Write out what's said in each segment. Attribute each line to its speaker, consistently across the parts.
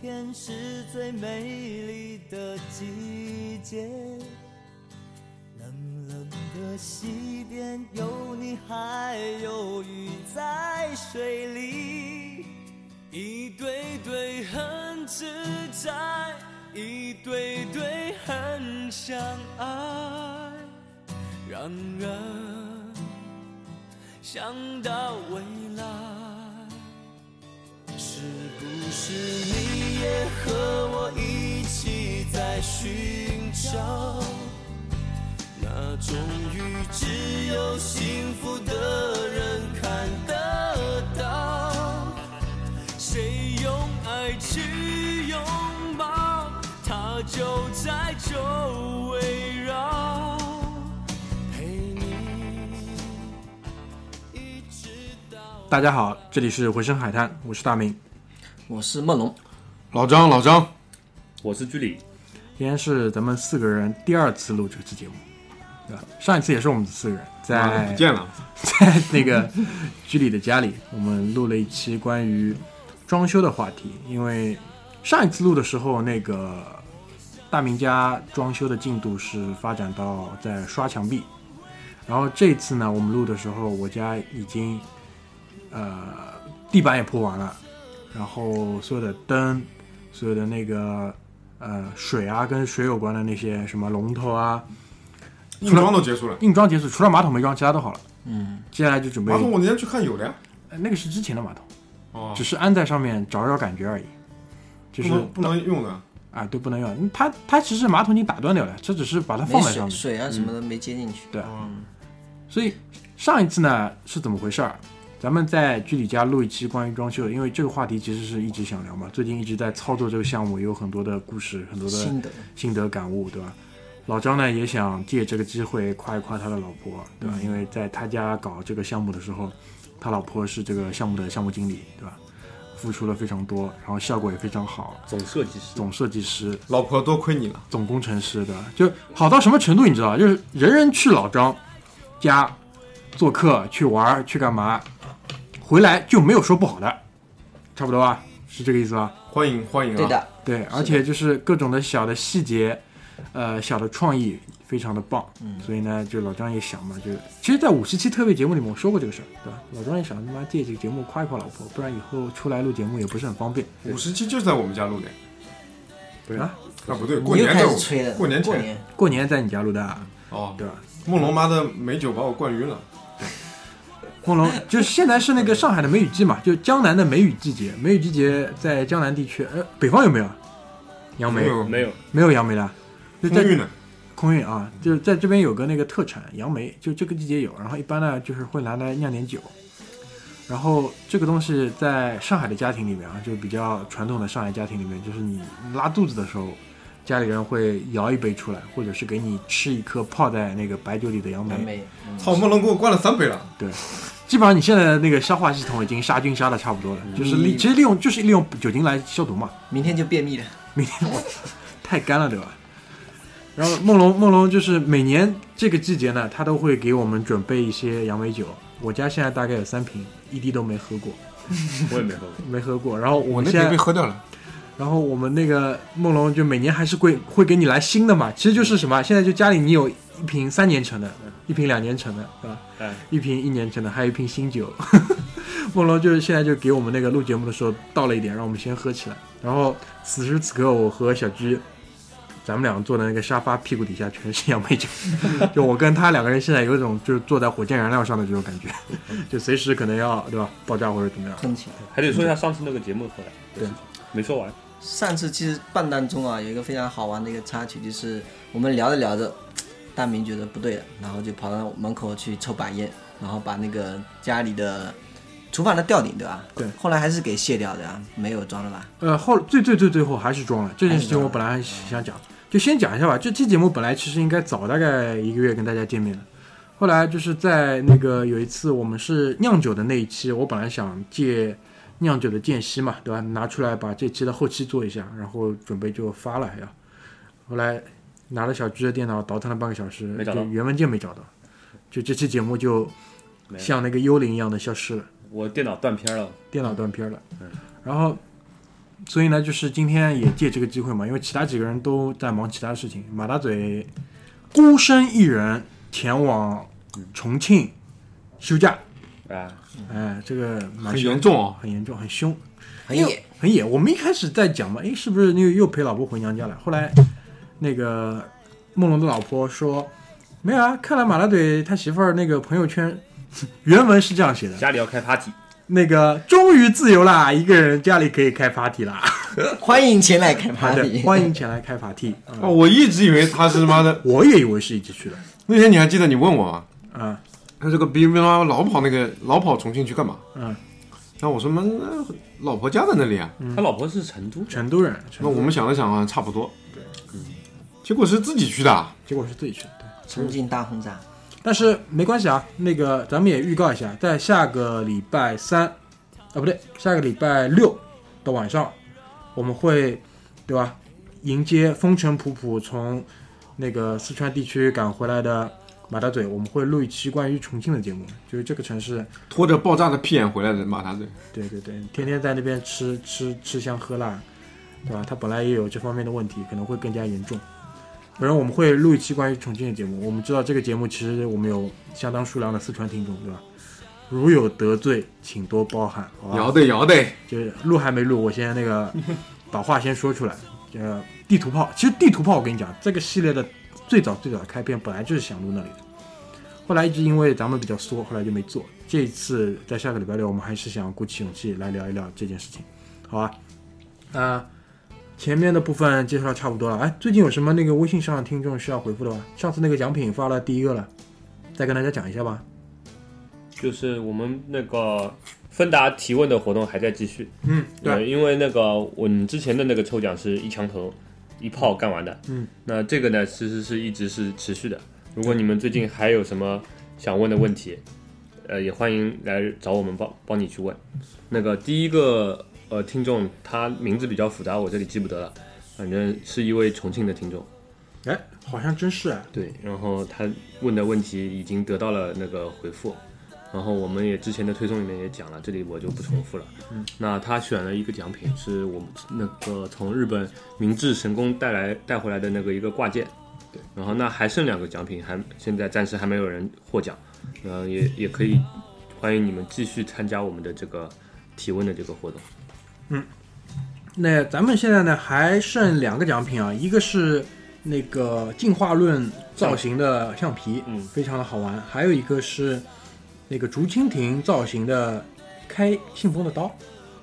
Speaker 1: 天是最美丽的季节，冷冷的西边有你，还有鱼在水里，一对对很自在，一对对很相爱，让人想到未来。是不是你也和我一起在寻找那种雨只有幸福的人看得到？谁用爱去拥抱，它就在周围绕，陪你一直到。
Speaker 2: 大家好，这里是回声海滩，我是大明。
Speaker 3: 我是梦龙，
Speaker 4: 老张，老张，
Speaker 5: 我是居里，
Speaker 2: 今天是咱们四个人第二次录这期节目，对吧？上一次也是我们四个人
Speaker 4: 妈的
Speaker 2: 在
Speaker 4: 不啊见了，
Speaker 2: 在 那个居里的家里，我们录了一期关于装修的话题。因为上一次录的时候，那个大明家装修的进度是发展到在刷墙壁，然后这次呢，我们录的时候，我家已经呃地板也铺完了，然后所有的灯、所有的那个呃水啊，跟水有关的那些什么龙头啊，
Speaker 4: 硬装都结束了。
Speaker 2: 硬装结束，除了马桶没装，其他都好了。嗯，接下来就准备
Speaker 4: 马桶我那天去看有的呀，
Speaker 2: 呃那个是之前的马桶，
Speaker 4: 哦
Speaker 2: 只，是安在上面找找感觉而已，就是
Speaker 4: 不能不能用的，
Speaker 2: 啊，对，不能用。嗯它它其实马桶已经打断掉了，这只是把它
Speaker 3: 没
Speaker 2: 放在上
Speaker 3: 水
Speaker 2: 面。
Speaker 3: 水啊什么的没接进去，
Speaker 2: 对啊，所以上一次呢是怎么回事儿？咱们在居里家录一期关于装修的，因为这个话题其实是一直想聊嘛，最近一直在操作这个项目，有很多的故事，很多的
Speaker 3: 心得
Speaker 2: 心得感悟，对吧？老张呢也想借这个机会夸一夸他的老婆，对吧？
Speaker 3: 嗯
Speaker 2: 因为在他家搞这个项目的时候，他老婆是这个项目的项目经理，对吧？付出了非常多，然后效果也非常好，
Speaker 5: 总设计师。
Speaker 2: 总设计师，
Speaker 4: 老婆多亏你了。
Speaker 2: 总工程师的，就好到什么程度，你知道？就是人人去老张家做客、去玩儿、去干嘛，回来就没有说不好的，差不多吧？是这个意思吧？
Speaker 4: 欢迎欢迎啊！
Speaker 3: 对，的，
Speaker 2: 对，而且就是各种的小的细节，呃，小的创意非常的棒。嗯，所以呢，就老张也想嘛，就其实，在五十期特别节目里面我说过这个事儿，对吧？老张也想他妈借这个节目夸一夸老婆，不然以后出来录节目也不是很方便。
Speaker 4: 五十期就在我们家录的。
Speaker 5: 对
Speaker 2: 啊，
Speaker 4: 啊不对，过
Speaker 3: 你又
Speaker 4: 年
Speaker 3: 开
Speaker 4: 在
Speaker 3: 始
Speaker 4: 我
Speaker 3: 吹了，
Speaker 4: 过年
Speaker 3: 过
Speaker 4: 前
Speaker 3: 年
Speaker 2: 过年嗯在你家录的啊，
Speaker 4: 哦，
Speaker 2: 对吧？
Speaker 4: 梦龙妈的美酒把我灌晕了。
Speaker 2: 梦龙就是现在是那个上海的梅雨季嘛，就江南的梅雨季节。梅雨季节在江南地区，呃，北方有没有？杨梅
Speaker 4: 有
Speaker 5: 没有，
Speaker 2: 没有杨梅的，就
Speaker 4: 空
Speaker 2: 在
Speaker 4: 运的，
Speaker 2: 空运啊，就是在这边有个那个特产杨梅，就这个季节有，然后一般呢就是会拿来酿点酒。然后这个东西在上海的家庭里面啊，就比较传统的上海家庭里面，就是你拉肚子的时候，家里人会摇一杯出来，或者是给你吃一颗泡在那个白酒里的杨梅
Speaker 3: 南。美，嗯
Speaker 4: 操，梦龙给我灌了三杯了。
Speaker 2: 基本上你现在的那个消化系统已经杀菌杀的差不多了，就是利其实利用就是利用酒精来消毒嘛。
Speaker 3: 明天就便秘了，
Speaker 2: 明天我太干了，对吧？然后梦龙梦龙就是每年这个季节呢，他都会给我们准备一些杨梅酒。我家现在大概有三瓶，一滴都没喝过，
Speaker 5: 我也没喝过。
Speaker 2: 没喝过。然后我
Speaker 4: 我
Speaker 2: 们
Speaker 4: 那
Speaker 2: 现
Speaker 3: 啊
Speaker 4: 瓶被
Speaker 2: 在，
Speaker 4: 喝掉了。
Speaker 2: 然后我们那个梦龙就每年还是会会给你来新的嘛。其实就是什么，现在就家里你有一瓶三年陈的，一瓶两年陈的，对吧？
Speaker 5: 哎，
Speaker 2: 一瓶一年陈的，还有一瓶新酒。 梦龙就是现在就给我们那个录节目的时候倒了一点，让我们先喝起来。然后此时此刻，我和小居，咱们俩坐的那个沙发屁股底下全是杨梅酒，就我跟他两个人现在有一种就是坐在火箭燃料上的这种感觉，就随时可能要对吧爆炸或者怎么样。
Speaker 3: 喷起来。
Speaker 5: 还得说一下上次那个节目后来的事情，没说完。
Speaker 3: 上次其实半当中啊，有一个非常好玩的一个插曲，就是我们聊着聊着，大明觉得不对了，然后就跑到门口去抽把烟，然后把那个家里的厨房的吊顶，对吧？
Speaker 2: 对
Speaker 3: 后来还是给卸掉的啊，没有装了吧？
Speaker 2: 呃，后最最最最后还是装了这件事情，我本来还想讲，就先讲一下吧。这期节目本来其实应该早大概一个月跟大家见面的，后来就是在那个有一次我们是酿酒的那一期，我本来想借酿酒的间隙嘛，对吧？拿出来把这期的后期做一下，然后准备就发了还要。后来拿了小居的电脑倒腾了半个小时，
Speaker 5: 没找
Speaker 2: 就
Speaker 5: 到
Speaker 2: 原文件没找到，就这期节目就
Speaker 5: 没了
Speaker 2: 像那个幽灵一样的消失了。
Speaker 5: 我电脑断片了，
Speaker 2: 电脑断片了。然后所以呢，就是今天也借这个机会嘛，因为其他几个人都在忙其他事情，马大嘴孤身一人前往重庆休假，
Speaker 5: 啊，
Speaker 2: 哎，这个蛮
Speaker 4: 很
Speaker 2: 凶
Speaker 4: 严，重哦。
Speaker 2: 很严重，很凶，
Speaker 3: 很
Speaker 2: 因为
Speaker 3: 野，
Speaker 2: 很野。我们一开始在讲嘛，哎，是不是又又陪老婆回娘家了？后来那个梦龙的老婆说，没有啊，看了马大嘴他媳妇儿那个朋友圈，原文是这样写的，
Speaker 5: 家里要开 party，
Speaker 2: 那个终于自由啦，一个人家里可以开 party 啦，
Speaker 3: 欢迎前来开
Speaker 2: 啊对
Speaker 3: party。
Speaker 2: 欢迎前来开 party 啊、
Speaker 4: 哦，我一直以为他是他妈的。
Speaker 2: 我也以为是一起去的，
Speaker 4: 那天你还记得你问我吗？
Speaker 2: 啊、
Speaker 4: 他这个逼逼妈老跑那个老跑重庆去干嘛？
Speaker 2: 嗯，
Speaker 4: 那我说妈，那老婆家在那里啊。
Speaker 5: 他老婆是成都的，
Speaker 2: 成都人，成
Speaker 4: 那
Speaker 2: 都
Speaker 4: 我们想了想啊，差不多。对，结果是自己去的啊。
Speaker 2: 结果是自己去的，对。
Speaker 3: 重庆大轰炸，
Speaker 2: 但是没关系啊，那个咱们也预告一下，在下个礼拜三，啊不对，下个礼拜六的晚上，我们会，对吧？迎接风尘仆仆从那个四川地区赶回来的马大嘴，我们会录一期关于重庆的节目，就是这个城市，
Speaker 4: 拖着爆炸的屁眼回来的马大嘴，
Speaker 2: 对对对，天天在那边吃吃吃香喝辣，对吧？他本来也有这方面的问题，可能会更加严重。反正我们会录一期关于重庆的节目。我们知道这个节目其实我们有相当数量的四川听众，对吧？如有得罪，请多包涵，好吧？
Speaker 4: 摇的摇的，
Speaker 2: 就是录还没录，我先那个 把话先说出来。呃，地图炮，其实地图炮，我跟你讲，这个系列的最早最早的开篇本来就是想录那里的，后来一直因为咱们比较缩，后来就没做。这一次在下个礼拜六，我们还是想鼓起勇气来聊一聊这件事情，好吧？啊、前面的部分介绍差不多了。哎，最近有什么那个微信上的听众需要回复的吗？上次那个奖品发了第一个了，再跟大家讲一下吧。
Speaker 5: 就是我们那个芬达提问的活动还在继续。
Speaker 2: 嗯，
Speaker 5: 呃，因为那个我们之前的那个抽奖是一枪头一炮干完的，
Speaker 2: 嗯，
Speaker 5: 那这个呢其实是一直是持续的。如果你们最近还有什么想问的问题，呃，也欢迎来找我们帮帮你去问。那个第一个呃听众，他名字比较复杂，我这里记不得了，反正是一位重庆的听众。
Speaker 2: 哎，好像真是哎，
Speaker 5: 对，然后他问的问题已经得到了那个回复，然后我们也之前的推送里面也讲了，这里我就不重复了。嗯，那他选了一个奖品，是我们那个从日本明治神宫带来带回来的那个一个挂件。对，然后那还剩两个奖品，还现在暂时还没有人获奖，呃，也也可以欢迎你们继续参加我们的这个提问的这个活动。
Speaker 2: 那咱们现在呢还剩两个奖品啊，一个是那个进化论造型的橡皮，
Speaker 5: 嗯
Speaker 2: 非常的好玩，还有一个是那个竹蜻蜓造型的开信封的刀，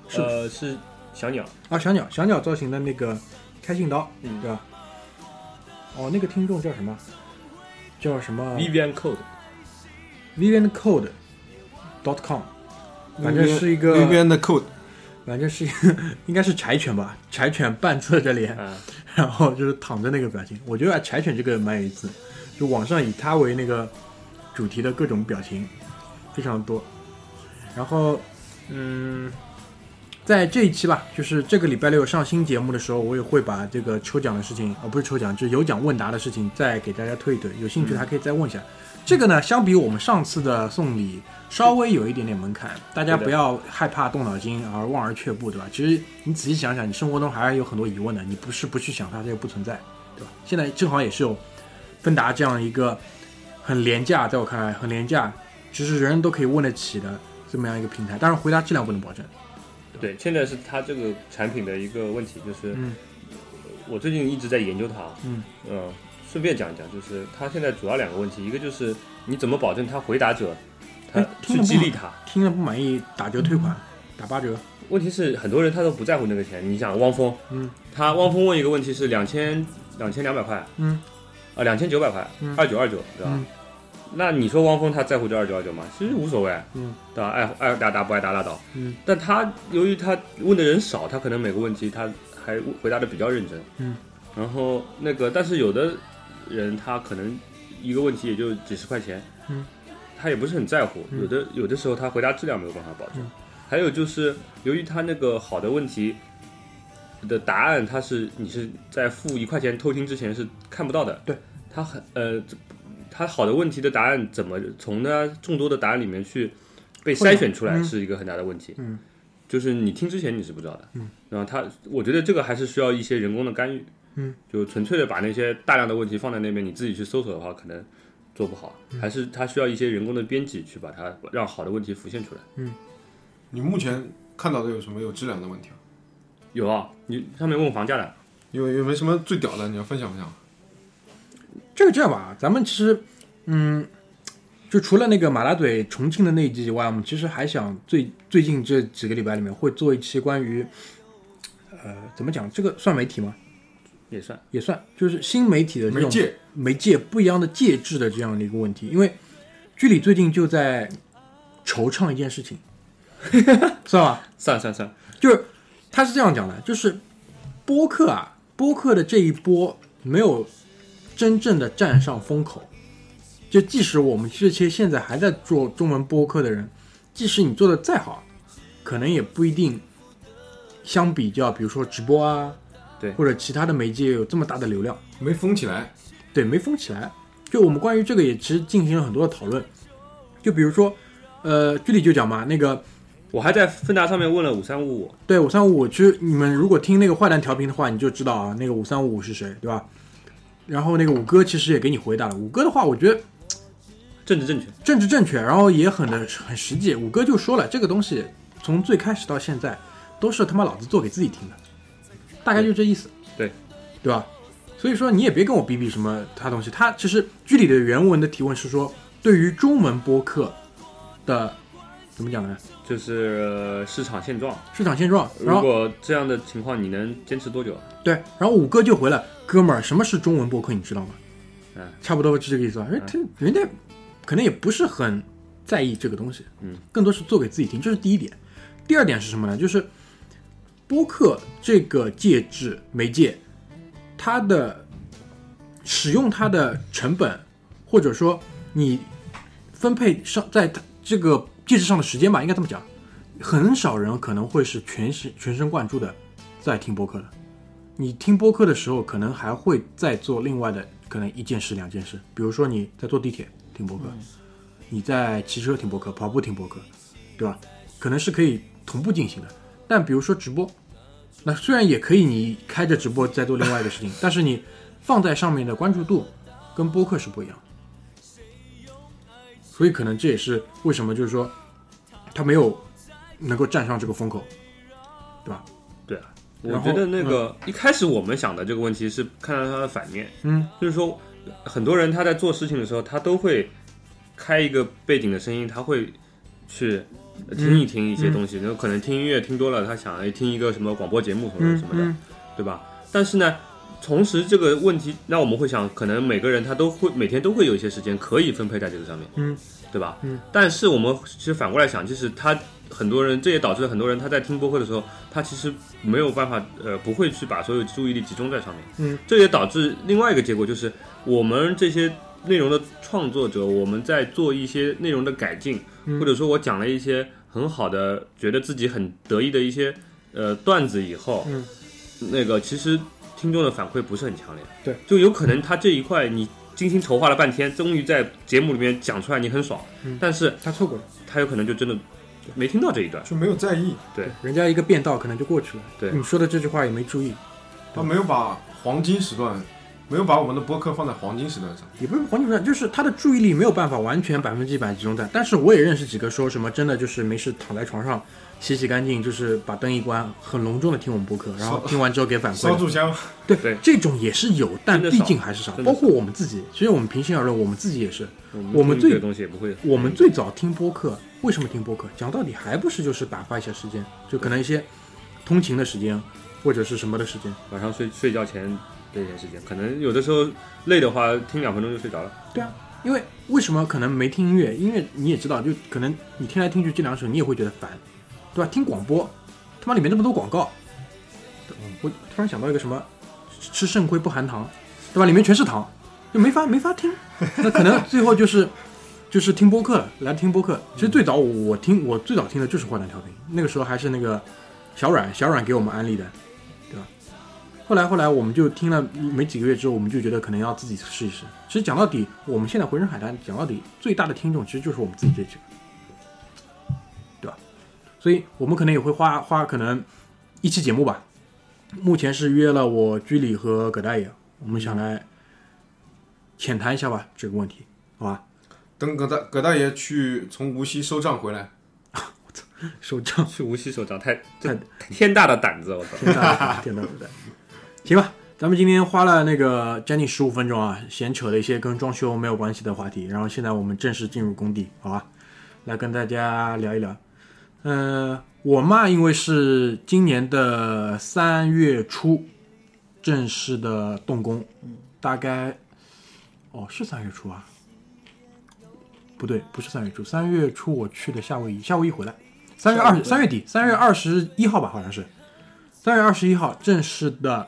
Speaker 2: 是不是
Speaker 5: 呃，是小鸟，
Speaker 2: 啊小鸟小鸟造型的那个开信刀，
Speaker 5: 嗯
Speaker 2: 对吧？哦，那个听众叫什么？叫什么
Speaker 5: Vivian Code，
Speaker 2: ？Vivian Code dot com，反正是一
Speaker 4: 那
Speaker 2: 个，
Speaker 4: 边的 code，
Speaker 2: 反正是一个，应该是柴犬吧，柴犬半侧着脸，
Speaker 5: 啊，
Speaker 2: 然后就是躺着那个表情。我觉得柴犬这个蛮有意思，就网上以它为那个主题的各种表情非常多。然后，嗯，在这一期吧，就是这个礼拜六上新节目的时候，我也会把这个抽奖的事情，啊、不是抽奖，就是有奖问答的事情，再给大家推一推。有兴趣的还可以再问一下。这个呢，相比我们上次的送礼，稍微有一点点门槛，大家
Speaker 5: 对的
Speaker 2: 不要害怕动脑筋而望而却步，对吧？其实你仔细想想，你生活中还是有很多疑问的，你不是不去想它，它就不存在，对吧？现在正好也是有芬达这样一个很廉价，在我看来很廉价，其实人人都可以问得起的这么样一个平台，当然回答质量不能保证，
Speaker 5: 对，现在是它这个产品的一个问题，就是
Speaker 2: 嗯
Speaker 5: 我最近一直在研究它啊，
Speaker 2: 嗯
Speaker 5: 呃顺便讲一讲，就是它现在主要两个问题，一个就是你怎么保证它回答者，他
Speaker 2: 哎听得
Speaker 5: 去
Speaker 2: 不
Speaker 5: 激励
Speaker 2: 好
Speaker 5: 他。
Speaker 2: 听了不满意打折退款，打八折，
Speaker 5: 问题是很多人他都不在乎那个钱，你想汪峰，
Speaker 2: 嗯，
Speaker 5: 他汪峰问一个问题是两千两千两百块，
Speaker 2: 嗯，
Speaker 5: 啊两千九百块
Speaker 2: 嗯，
Speaker 5: 二九二九，对吧？
Speaker 2: 嗯
Speaker 5: 那你说汪峰他在乎这二九二九吗？其实无所谓，
Speaker 2: 嗯，
Speaker 5: 对吧？爱爱打打不爱打打倒，
Speaker 2: 嗯。
Speaker 5: 但他由于他问的人少，他可能每个问题他还回答的比较认真，
Speaker 2: 嗯。
Speaker 5: 然后那个，但是有的人他可能一个问题也就几十块钱，
Speaker 2: 嗯，
Speaker 5: 他也不是很在乎。
Speaker 2: 嗯
Speaker 5: 有的有的时候他回答质量没有办法保证，
Speaker 2: 嗯
Speaker 5: 还有就是由于他那个好的问题的答案，他是你是在付一块钱偷听之前是看不到的。
Speaker 2: 对，
Speaker 5: 他很呃，他好的问题的答案怎么从他众多的答案里面去被筛选出
Speaker 2: 获
Speaker 5: 来，
Speaker 2: 奖嗯
Speaker 5: 是一个很大的问题。
Speaker 2: 嗯，
Speaker 5: 就是你听之前你是不知道的，嗯，然后他，我觉得这个还是需要一些人工的干预，
Speaker 2: 嗯，
Speaker 5: 就纯粹的把那些大量的问题放在那边，你自己去搜索的话，可能做不好，
Speaker 2: 嗯
Speaker 5: 还是他需要一些人工的编辑去把它让好的问题浮现出来。
Speaker 4: 你目前看到的有什么有质量的问题啊？
Speaker 5: 有啊，你上面问我房价的，
Speaker 4: 有有没什么最屌的？你要分享分享。
Speaker 2: 这个这样吧，咱们其实，嗯，就除了那个马拉嘴重庆的那一集以外，我们其实还想最最近这几个礼拜里面会做一期关于，呃，怎么讲？这个算媒体吗？
Speaker 5: 也算，
Speaker 2: 也算，就是新媒体的这
Speaker 4: 媒
Speaker 2: 种
Speaker 4: 介
Speaker 2: 媒介不一样的介质的这样的一个问题。因为剧里最近就在惆怅一件事 情，算吧，
Speaker 5: 算算算，
Speaker 2: 就是他是这样讲的，就是播客啊，播客的这一波没有真正的站上风口。就即使我们这些现在还在做中文播客的人，即使你做的再好，可能也不一定相比较，比如说直播啊，
Speaker 5: 对
Speaker 2: 或者其他的媒介有这么大的流量。
Speaker 4: 没封起来，
Speaker 2: 对，没封起来。就我们关于这个也其实进行了很多的讨论，就比如说，呃，剧里就讲嘛，那个
Speaker 5: 我还在芬达上面问了五三五五，
Speaker 2: 对五三五五，其实你们如果听那个坏蛋调频的话，你就知道啊，那个五三五五是谁，对吧？然后那个五哥其实也给你回答了，五哥的话，我觉得
Speaker 5: 政治正确，
Speaker 2: 政治正确，然后也很的很实际。五哥就说了，这个东西从最开始到现在都是他妈老子做给自己听的，大概就这意思。
Speaker 5: 对，
Speaker 2: 对吧？所以说你也别跟我比比什么他东西，他其实剧里的原文的提问是说，对于中文播客的怎么讲呢？
Speaker 5: 就是、呃市场现状。
Speaker 2: 市场现状，然
Speaker 5: 如
Speaker 2: 后
Speaker 5: 果这样的情况，你能坚持多久啊？
Speaker 2: 对，然后五哥就回了：“哥们儿，什么是中文播客？你知道吗？”
Speaker 5: 嗯，
Speaker 2: 差不多是这个意思吧。因为他人家可能也不是很在意这个东西，
Speaker 5: 嗯，
Speaker 2: 更多是做给自己听，这是第一点。第二点是什么呢？就是播客这个介质媒介，它的使用它的成本，或者说你分配上在这个介质上的时间吧，应该这么讲，很少人可能会是全神全神贯注的在听播客的。你听播客的时候，可能还会再做另外的可能一件事、两件事，比如说你在坐地铁听播客，你在骑车听播客、跑步听播客，对吧？可能是可以同步进行的。但比如说直播，那虽然也可以你开着直播在做另外一个事情，但是你放在上面的关注度跟播客是不一样的，所以可能这也是为什么就是说它没有能够站上这个风口，对吧？
Speaker 5: 对啊，我
Speaker 2: 然后嗯
Speaker 5: 觉得那个、一开始我们想的这个问题是看到它的反面，
Speaker 2: 嗯，
Speaker 5: 就是说很多人他在做事情的时候，他都会开一个背景的声音，他会去
Speaker 2: 嗯
Speaker 5: 听一听一些东西，然后可能听音乐听多了，他想哎听一个什么广播节目什么
Speaker 2: 嗯
Speaker 5: 什么的，
Speaker 2: 嗯，
Speaker 5: 对吧？但是呢，同时这个问题，那我们会想，可能每个人他都会每天都会有一些时间可以分配在这个上面，
Speaker 2: 嗯，
Speaker 5: 对吧？
Speaker 2: 嗯。
Speaker 5: 但是我们其实反过来想，就是他很多人，这也导致了很多人他在听播客的时候，他其实没有办法，呃，不会去把所有注意力集中在上面，
Speaker 2: 嗯，
Speaker 5: 这也导致另外一个结果就是，我们这些内容的创作者，我们在做一些内容的改进，
Speaker 2: 嗯
Speaker 5: 或者说我讲了一些很好的，觉得自己很得意的一些呃段子以后，
Speaker 2: 嗯
Speaker 5: 那个其实听众的反馈不是很强烈，
Speaker 2: 对，
Speaker 5: 就有可能他这一块你精心筹划了半天，终于在节目里面讲出来，你很爽，
Speaker 2: 嗯
Speaker 5: 但是
Speaker 2: 他错过了，
Speaker 5: 他有可能就真的没听到这一段，
Speaker 4: 就没有在意，
Speaker 2: 人家一个变道可能就过去了。
Speaker 5: 对
Speaker 2: 你说的这句话也没注意，
Speaker 4: 他没有把黄金时段，没有把我们的播客放在黄金时段上。
Speaker 2: 也不是黄金不就是他的注意力没有办法完全百分之一百集中在。但是我也认识几个说什么真的就是没事躺在床上洗洗干净，就是把灯一关，很隆重的听我们播客，然后听完之后给反馈
Speaker 4: 烧
Speaker 2: 的。
Speaker 4: 柱香，
Speaker 2: 对
Speaker 5: 对
Speaker 2: 这种也是有，但
Speaker 5: 真的
Speaker 2: 毕
Speaker 5: 少
Speaker 2: 竟还是少。
Speaker 5: 真
Speaker 2: 包
Speaker 5: 的少
Speaker 2: 括我们自己，其实我们平心而论，我们自己也是。我
Speaker 5: 我
Speaker 2: 们
Speaker 5: 听
Speaker 2: 最
Speaker 5: 这个东西也不会，
Speaker 2: 我们最早听播客，为什么听播客？讲到底还不是就是打发一下时间，就可能一些通勤的时间或者是什么的时间。
Speaker 5: 晚上睡睡觉前这些时间，可能有的时候累的话，听两分钟就睡着了。
Speaker 2: 对啊，因为为什么可能没听音乐？音乐你也知道，就可能你听来听去这两首，你也会觉得烦，对吧？听广播，他妈里面那么多广告，我突然想到一个什么，吃吃肾亏不含糖，对吧？里面全是糖，就没法没法听。那可能最后就是 就是听播客了，来听播客。其实最早我听我最早听的就是《坏蛋调频》，那个时候还是那个小阮小阮给我们安利的，对吧？后来后来我们就听了没几个月之后，我们就觉得可能要自己试一试。其实讲到底，我们现在回声海滩讲到底最大的听众其实就是我们自己这几个，对吧？所以我们可能也会花花可能一期节目吧。目前是约了我居里和葛大爷，我们想来浅谈一下吧这个问题，好吧？
Speaker 4: 等葛大葛大爷去从无锡收账回来，
Speaker 2: 手账
Speaker 5: 去无锡首长，太
Speaker 2: 太
Speaker 5: 这天大的胆子，我操！
Speaker 2: 天大天大不在。行吧，咱们今天花了那个将近十五分钟啊，闲扯了一些跟装修没有关系的话题，然后现在我们正式进入工地，好吧？来跟大家聊一聊。呃，我妈因为是今年的三月初正式的动工，大概哦是三月初啊，不对，不是三月初，三月初我去的夏威夷，夏威夷回来，三月二十三月底，三月二十一号吧，好像是，三月二十一号正式的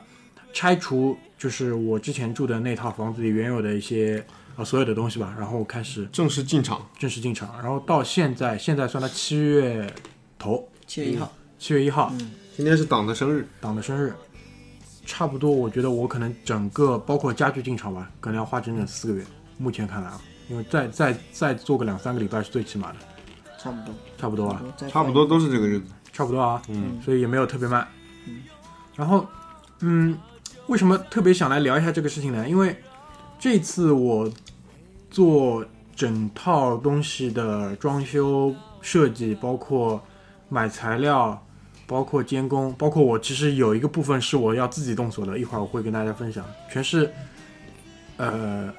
Speaker 2: 拆除，就是我之前住的那套房子里原有的一些啊、呃所有的东西吧，然后开始
Speaker 4: 正式进场。
Speaker 2: 正式进场，然后到现在，现在算他七月头，
Speaker 3: 七月一号，
Speaker 2: 七月一号，
Speaker 4: 今天是党的生日，
Speaker 2: 党的生日，差不多，我觉得我可能整个包括家具进场吧，可能要花整整四个月。目前看来啊，因为再再再做个两三个礼拜是最起码的，
Speaker 3: 差不多，
Speaker 2: 差不多啊，
Speaker 3: 再
Speaker 4: 差不多都是这个日子。
Speaker 2: 差不多啊，嗯，所以也没有特别慢。然后，嗯，为什么特别想来聊一下这个事情呢？因为这次我做整套东西的装修设计，包括买材料，包括监工，包括我其实有一个部分是我要自己动手的，一会儿我会跟大家分享，全是呃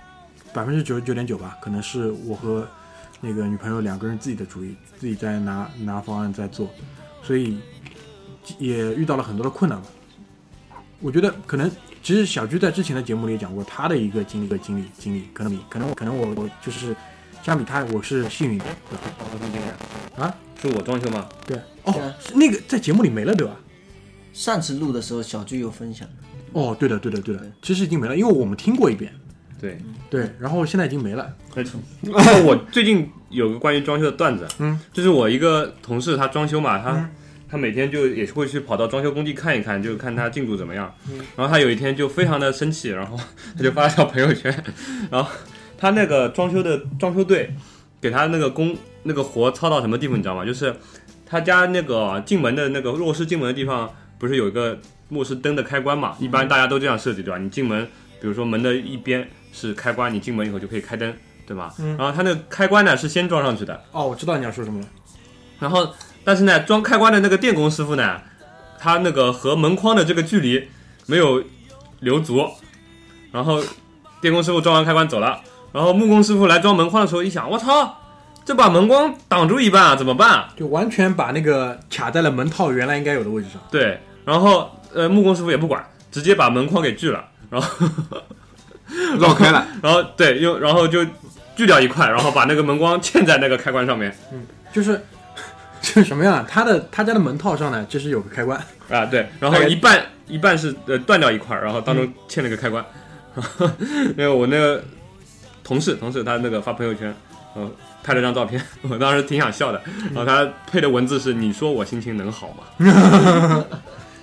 Speaker 2: 百分之九十九点九吧，可能是我和那个女朋友两个人自己的主意，自己在拿拿方案在做，所以也遇到了很多的困难吧。我觉得可能其实小鞠在之前的节目里也讲过他的一个经历、一个经历、经历，可能比可能可能我我就是相比他我是幸运的啊，
Speaker 5: 是我装修吗？
Speaker 2: 对
Speaker 3: 对
Speaker 2: 哦
Speaker 3: 啊，
Speaker 2: 是那个在节目里没了对吧？
Speaker 3: 上次录的时候，小聚有分享的，
Speaker 2: 哦，对的对的对的，其实已经没了，因为我们听过一遍，
Speaker 5: 对，
Speaker 2: 对，然后现在已经没了，
Speaker 5: 而 且我最近有个关于装修的段子，啊
Speaker 2: 嗯，
Speaker 5: 就是我一个同事他装修嘛，他、他每天就也会去跑到装修工地看一看，就看他进度怎么样。然后他有一天就非常的生气，然后他就发了条朋友圈， 然后他那个装修的装修队给他那个工那个活操到什么地步，你知道吗？就是他家那个进门的那个卧室进门的地方不是有一个卧室灯的开关嘛？一般大家都这样设计，对吧？你进门，比如说门的一边是开关，你进门以后就可以开灯，对吧？然后它那个开关呢是先装上去的，
Speaker 2: 哦，我知道你要说什么了，
Speaker 5: 然后但是呢装开关的那个电工师傅呢，他那个和门框的这个距离没有留足，然后电工师傅装完开关走了，然后木工师傅来装门框的时候一想，我操，这把门框挡住一半啊，怎么办啊、
Speaker 2: 就完全把那个卡在了门套原来应该有的位置上，
Speaker 5: 对，然后呃木工师傅也不管，直接把门框给锯了，然后
Speaker 4: 绕开 了，
Speaker 5: 然后对用然后就锯掉一块，然后把那个门框嵌在那个开关上面
Speaker 2: 就是 就是什么样啊？他的他家的门套上呢，就是有个开关，
Speaker 5: 啊，对，然后一半一半是呃断掉一块，然后
Speaker 3: 嗯
Speaker 5: 当中嵌了一个开关， 那个我那个同事同事他那个发朋友圈，嗯、呃，拍了张照片，我当时挺想笑的，
Speaker 3: 嗯
Speaker 5: 然后他配的文字是你说我心情能好吗？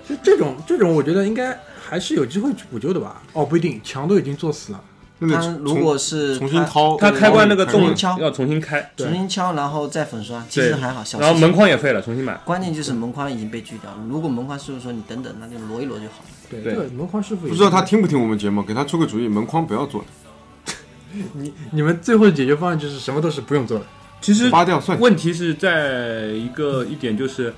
Speaker 2: 就这种这种，我觉得应该还是有机会去补救的吧？哦，不一定，墙都已经做死了，
Speaker 4: 那
Speaker 3: 他
Speaker 4: 得
Speaker 3: 如
Speaker 4: 重
Speaker 3: 果是
Speaker 4: 重新掏，
Speaker 5: 他开关那个
Speaker 4: 开
Speaker 5: 洞
Speaker 3: 重敲
Speaker 5: 要重新开，
Speaker 3: 重新敲，然后再粉刷，其
Speaker 5: 对
Speaker 3: 实还好，小
Speaker 5: 然后
Speaker 3: 事
Speaker 5: 门
Speaker 3: 情。
Speaker 5: 框也废了，重新买。
Speaker 3: 关键就是门框已经被锯掉了，如果门框师傅说你等等，那就挪一挪就好了。
Speaker 2: 对
Speaker 5: 对
Speaker 2: 这个门框师傅也
Speaker 4: 不知道他听不听我们节目，给他出个主意，门框不要做了，
Speaker 2: 你你们最后的解决方案就是什么都是不用做的，
Speaker 5: 其实
Speaker 4: 扒掉算。
Speaker 5: 问题是在一个一点就是，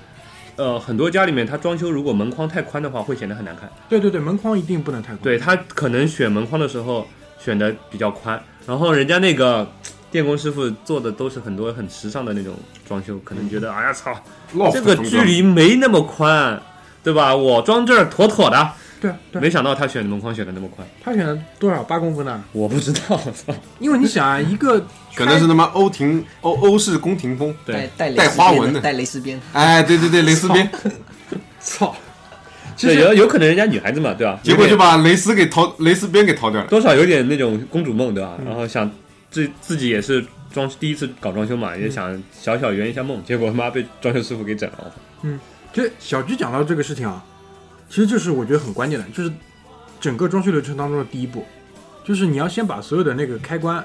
Speaker 5: 呃，很多家里面它装修如果门框太宽的话，会显得很难看。
Speaker 2: 对对对，门框一定不能太宽。
Speaker 5: 对，他可能选门框的时候选的比较宽，然后人家那个电工师傅做的都是很多很时尚的那种装修，可能觉
Speaker 4: 嗯
Speaker 5: 得哎呀操，
Speaker 4: loft
Speaker 5: 这个
Speaker 4: 风格
Speaker 5: 距离没那么宽，对吧？我装这儿妥妥的。
Speaker 2: 对啊对啊，
Speaker 5: 没想到他选门框选的那么宽，
Speaker 2: 他选了多少八公分呢？
Speaker 5: 我不知道，我操！
Speaker 2: 因为你想啊，一个
Speaker 4: 嗯可能是他妈欧廷欧欧式宫廷风。
Speaker 3: 带
Speaker 5: 对，
Speaker 3: 带蕾
Speaker 4: 带
Speaker 3: 丝
Speaker 4: 花
Speaker 3: 边
Speaker 4: 纹
Speaker 3: 的，
Speaker 4: 的
Speaker 3: 带蕾丝边。
Speaker 4: 哎，对对对，蕾丝 边，
Speaker 2: 操，其
Speaker 5: 对，
Speaker 2: 实
Speaker 5: 有有可能人家女孩子嘛，对吧？
Speaker 4: 结果就把蕾丝给掏，蕾丝边给掏掉了。
Speaker 5: 多少有点那种公主梦，对吧？然后想自自己也是装第一次搞装修嘛，也想小小圆一下梦，结果他妈被装修师傅给整了。
Speaker 2: 其实小鞠讲到这个事情啊，其实就是我觉得很关键的，就是整个装修流程当中的第一步，就是你要先把所有的那个开关，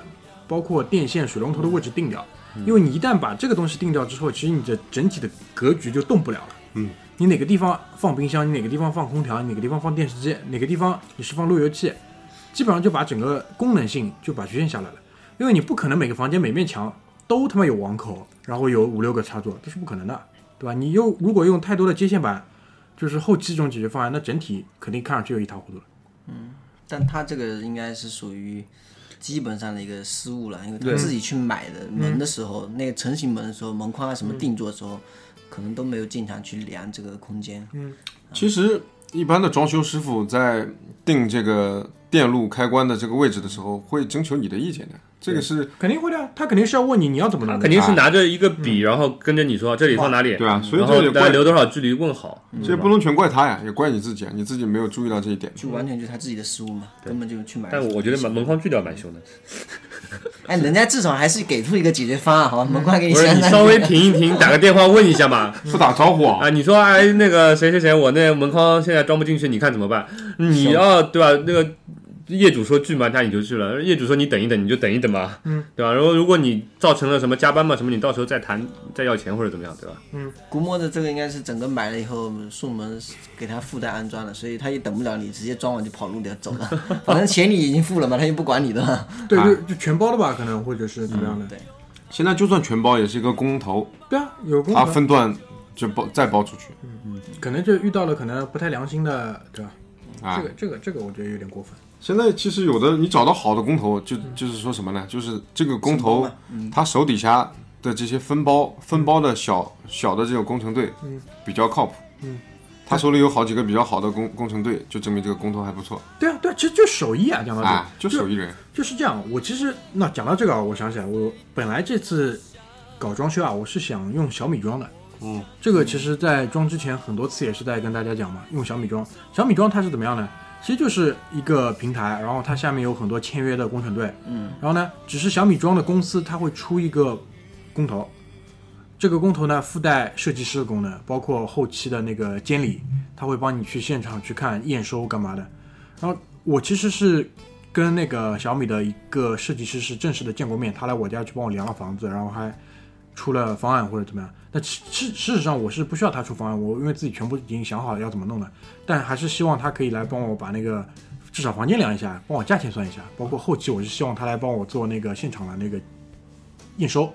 Speaker 2: 包括电线、水龙头的位置定掉。因为你一旦把这个东西定掉之后，其实你的整体的格局就动不了了。
Speaker 4: 嗯，
Speaker 2: 你哪个地方放冰箱，你哪个地方放空调，你哪个地方放电视机，哪个地方你是放路由器，基本上就把整个功能性就把局限下来了。因为你不可能每个房间每面墙都他妈有网口，然后有五六个插座，这是不可能的，对吧？你又如果用太多的接线板，就是后期这种解决方案，那整体肯定看上去又一塌糊涂了。
Speaker 3: 但他这个应该是属于基本上的一个失误了，因为他
Speaker 5: 对
Speaker 3: 自己去买的门的时候，那个成型门的时候，门框啊什么定做的时候，可能都没有经常去量这个空间。
Speaker 4: 其实一般的装修师傅在定这个电路开关的这个位置的时候，会征求你的意见的。这个是
Speaker 2: 肯定会的啊，他肯定是要问你你要怎么
Speaker 5: 他
Speaker 2: 弄的，啊
Speaker 5: 肯定是拿着一个笔，然后跟着你说这里放哪里，
Speaker 4: 对啊，所以
Speaker 5: 嗯然
Speaker 4: 这
Speaker 5: 后
Speaker 4: 也
Speaker 5: 大家
Speaker 4: 怪，
Speaker 5: 留多少距离问好。
Speaker 4: 这也不能全怪他呀，也怪你自己啊，你自己没有注意到这一点。
Speaker 3: 就完全就是他自己的失误嘛，根本就去买。
Speaker 5: 但我觉得门门框锯掉蛮凶的，
Speaker 3: 哎，人家至少还是给出一个解决方案，好吧，门框给
Speaker 5: 不是
Speaker 3: 想
Speaker 5: 你
Speaker 3: 想。
Speaker 5: 稍微停一停，打个电话问一下 嘛。
Speaker 4: 不打招呼啊
Speaker 5: 啊，，你说哎，那个谁谁谁，我那门框现在装不进去，你看怎么办？你要对吧？那个业主说锯嘛，那你就锯了；业主说你等一等，你就等一等嘛，嗯，对吧？然后如果你造成了什么加班嘛什么，你到时候再谈，再要钱或者怎么样，对吧？
Speaker 3: 估摸着这个应该是整个买了以后送门给他附带安装了，所以他也等不了你，直接装完就跑路的走 了。反正钱你已经付了嘛，他又不管你的嘛。
Speaker 2: 对，
Speaker 4: 啊嗯
Speaker 2: 就就全包的吧，可能或者是怎么样的。
Speaker 3: 对，
Speaker 4: 现在就算全包也是一个公投，
Speaker 2: 对啊，有工
Speaker 4: 他
Speaker 2: 程
Speaker 4: 分段就包再包出去
Speaker 2: 可能就遇到了可能不太良心的，对吧？
Speaker 4: 啊
Speaker 2: 这个。这个这个我觉得有点过分。
Speaker 4: 现在其实有的你找到好的工头，就就是说什么呢？就是这个工
Speaker 3: 分包
Speaker 4: 头
Speaker 3: 嘛，
Speaker 4: 他手底下的这些分包分包的小小的这种工程队，比较靠谱。他手里有好几个比较好的工工程队，就证明这个工头还不错
Speaker 2: 对啊，对啊，其实就手艺啊，讲到这
Speaker 4: 啊
Speaker 2: 个，，
Speaker 4: 就手艺人。
Speaker 2: 就是这样。我其实那讲到这个啊，我想起来，我本来这次搞装修啊，我是想用小米装的。
Speaker 4: 嗯，
Speaker 2: 这个其实，在装之前很多次也是在跟大家讲嘛，用小米装。小米装它是怎么样呢？其实就是一个平台，然后它下面有很多签约的工程队，
Speaker 3: 嗯，
Speaker 2: 然后呢，只是小米装的公司它会出一个工头，这个工头呢附带设计师的功能，包括后期的那个监理，他会帮你去现场去看验收干嘛的。然后我其实是跟那个小米的一个设计师是正式的见过面，他来我家去帮我量了房子，然后还出了方案或者怎么样。但其事事实上我是不需要他出方案，我因为自己全部已经想好了要怎么弄的，但还是希望他可以来帮我把那个至少房间量一下，帮我价钱算一下，包括后期我是希望他来帮我做那个现场的那个验收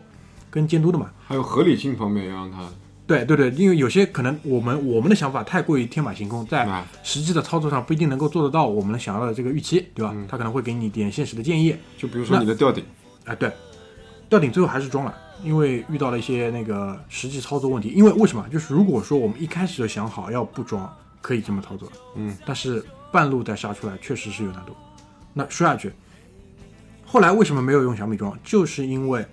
Speaker 2: 跟监督的嘛。
Speaker 4: 还有合理性方面要让他
Speaker 2: 对对对，因为有些可能我们我们的想法太过于天马行空，在
Speaker 4: 啊，
Speaker 2: 实际的操作上不一定能够做得到我们想要的这个预期，对吧？他可能会给你一点现实的建议，
Speaker 4: 就比如说你的吊顶，
Speaker 2: 哎，对，吊顶最后还是装了，因为遇到了一些那个实际操作问题。因为为什么？就是如果说我们一开始就想好要不装，可以这么操作，
Speaker 4: 嗯，
Speaker 2: 但是半路再杀出来，确实是有难度。那说下去，后来为什么没有用小米装？就是因为，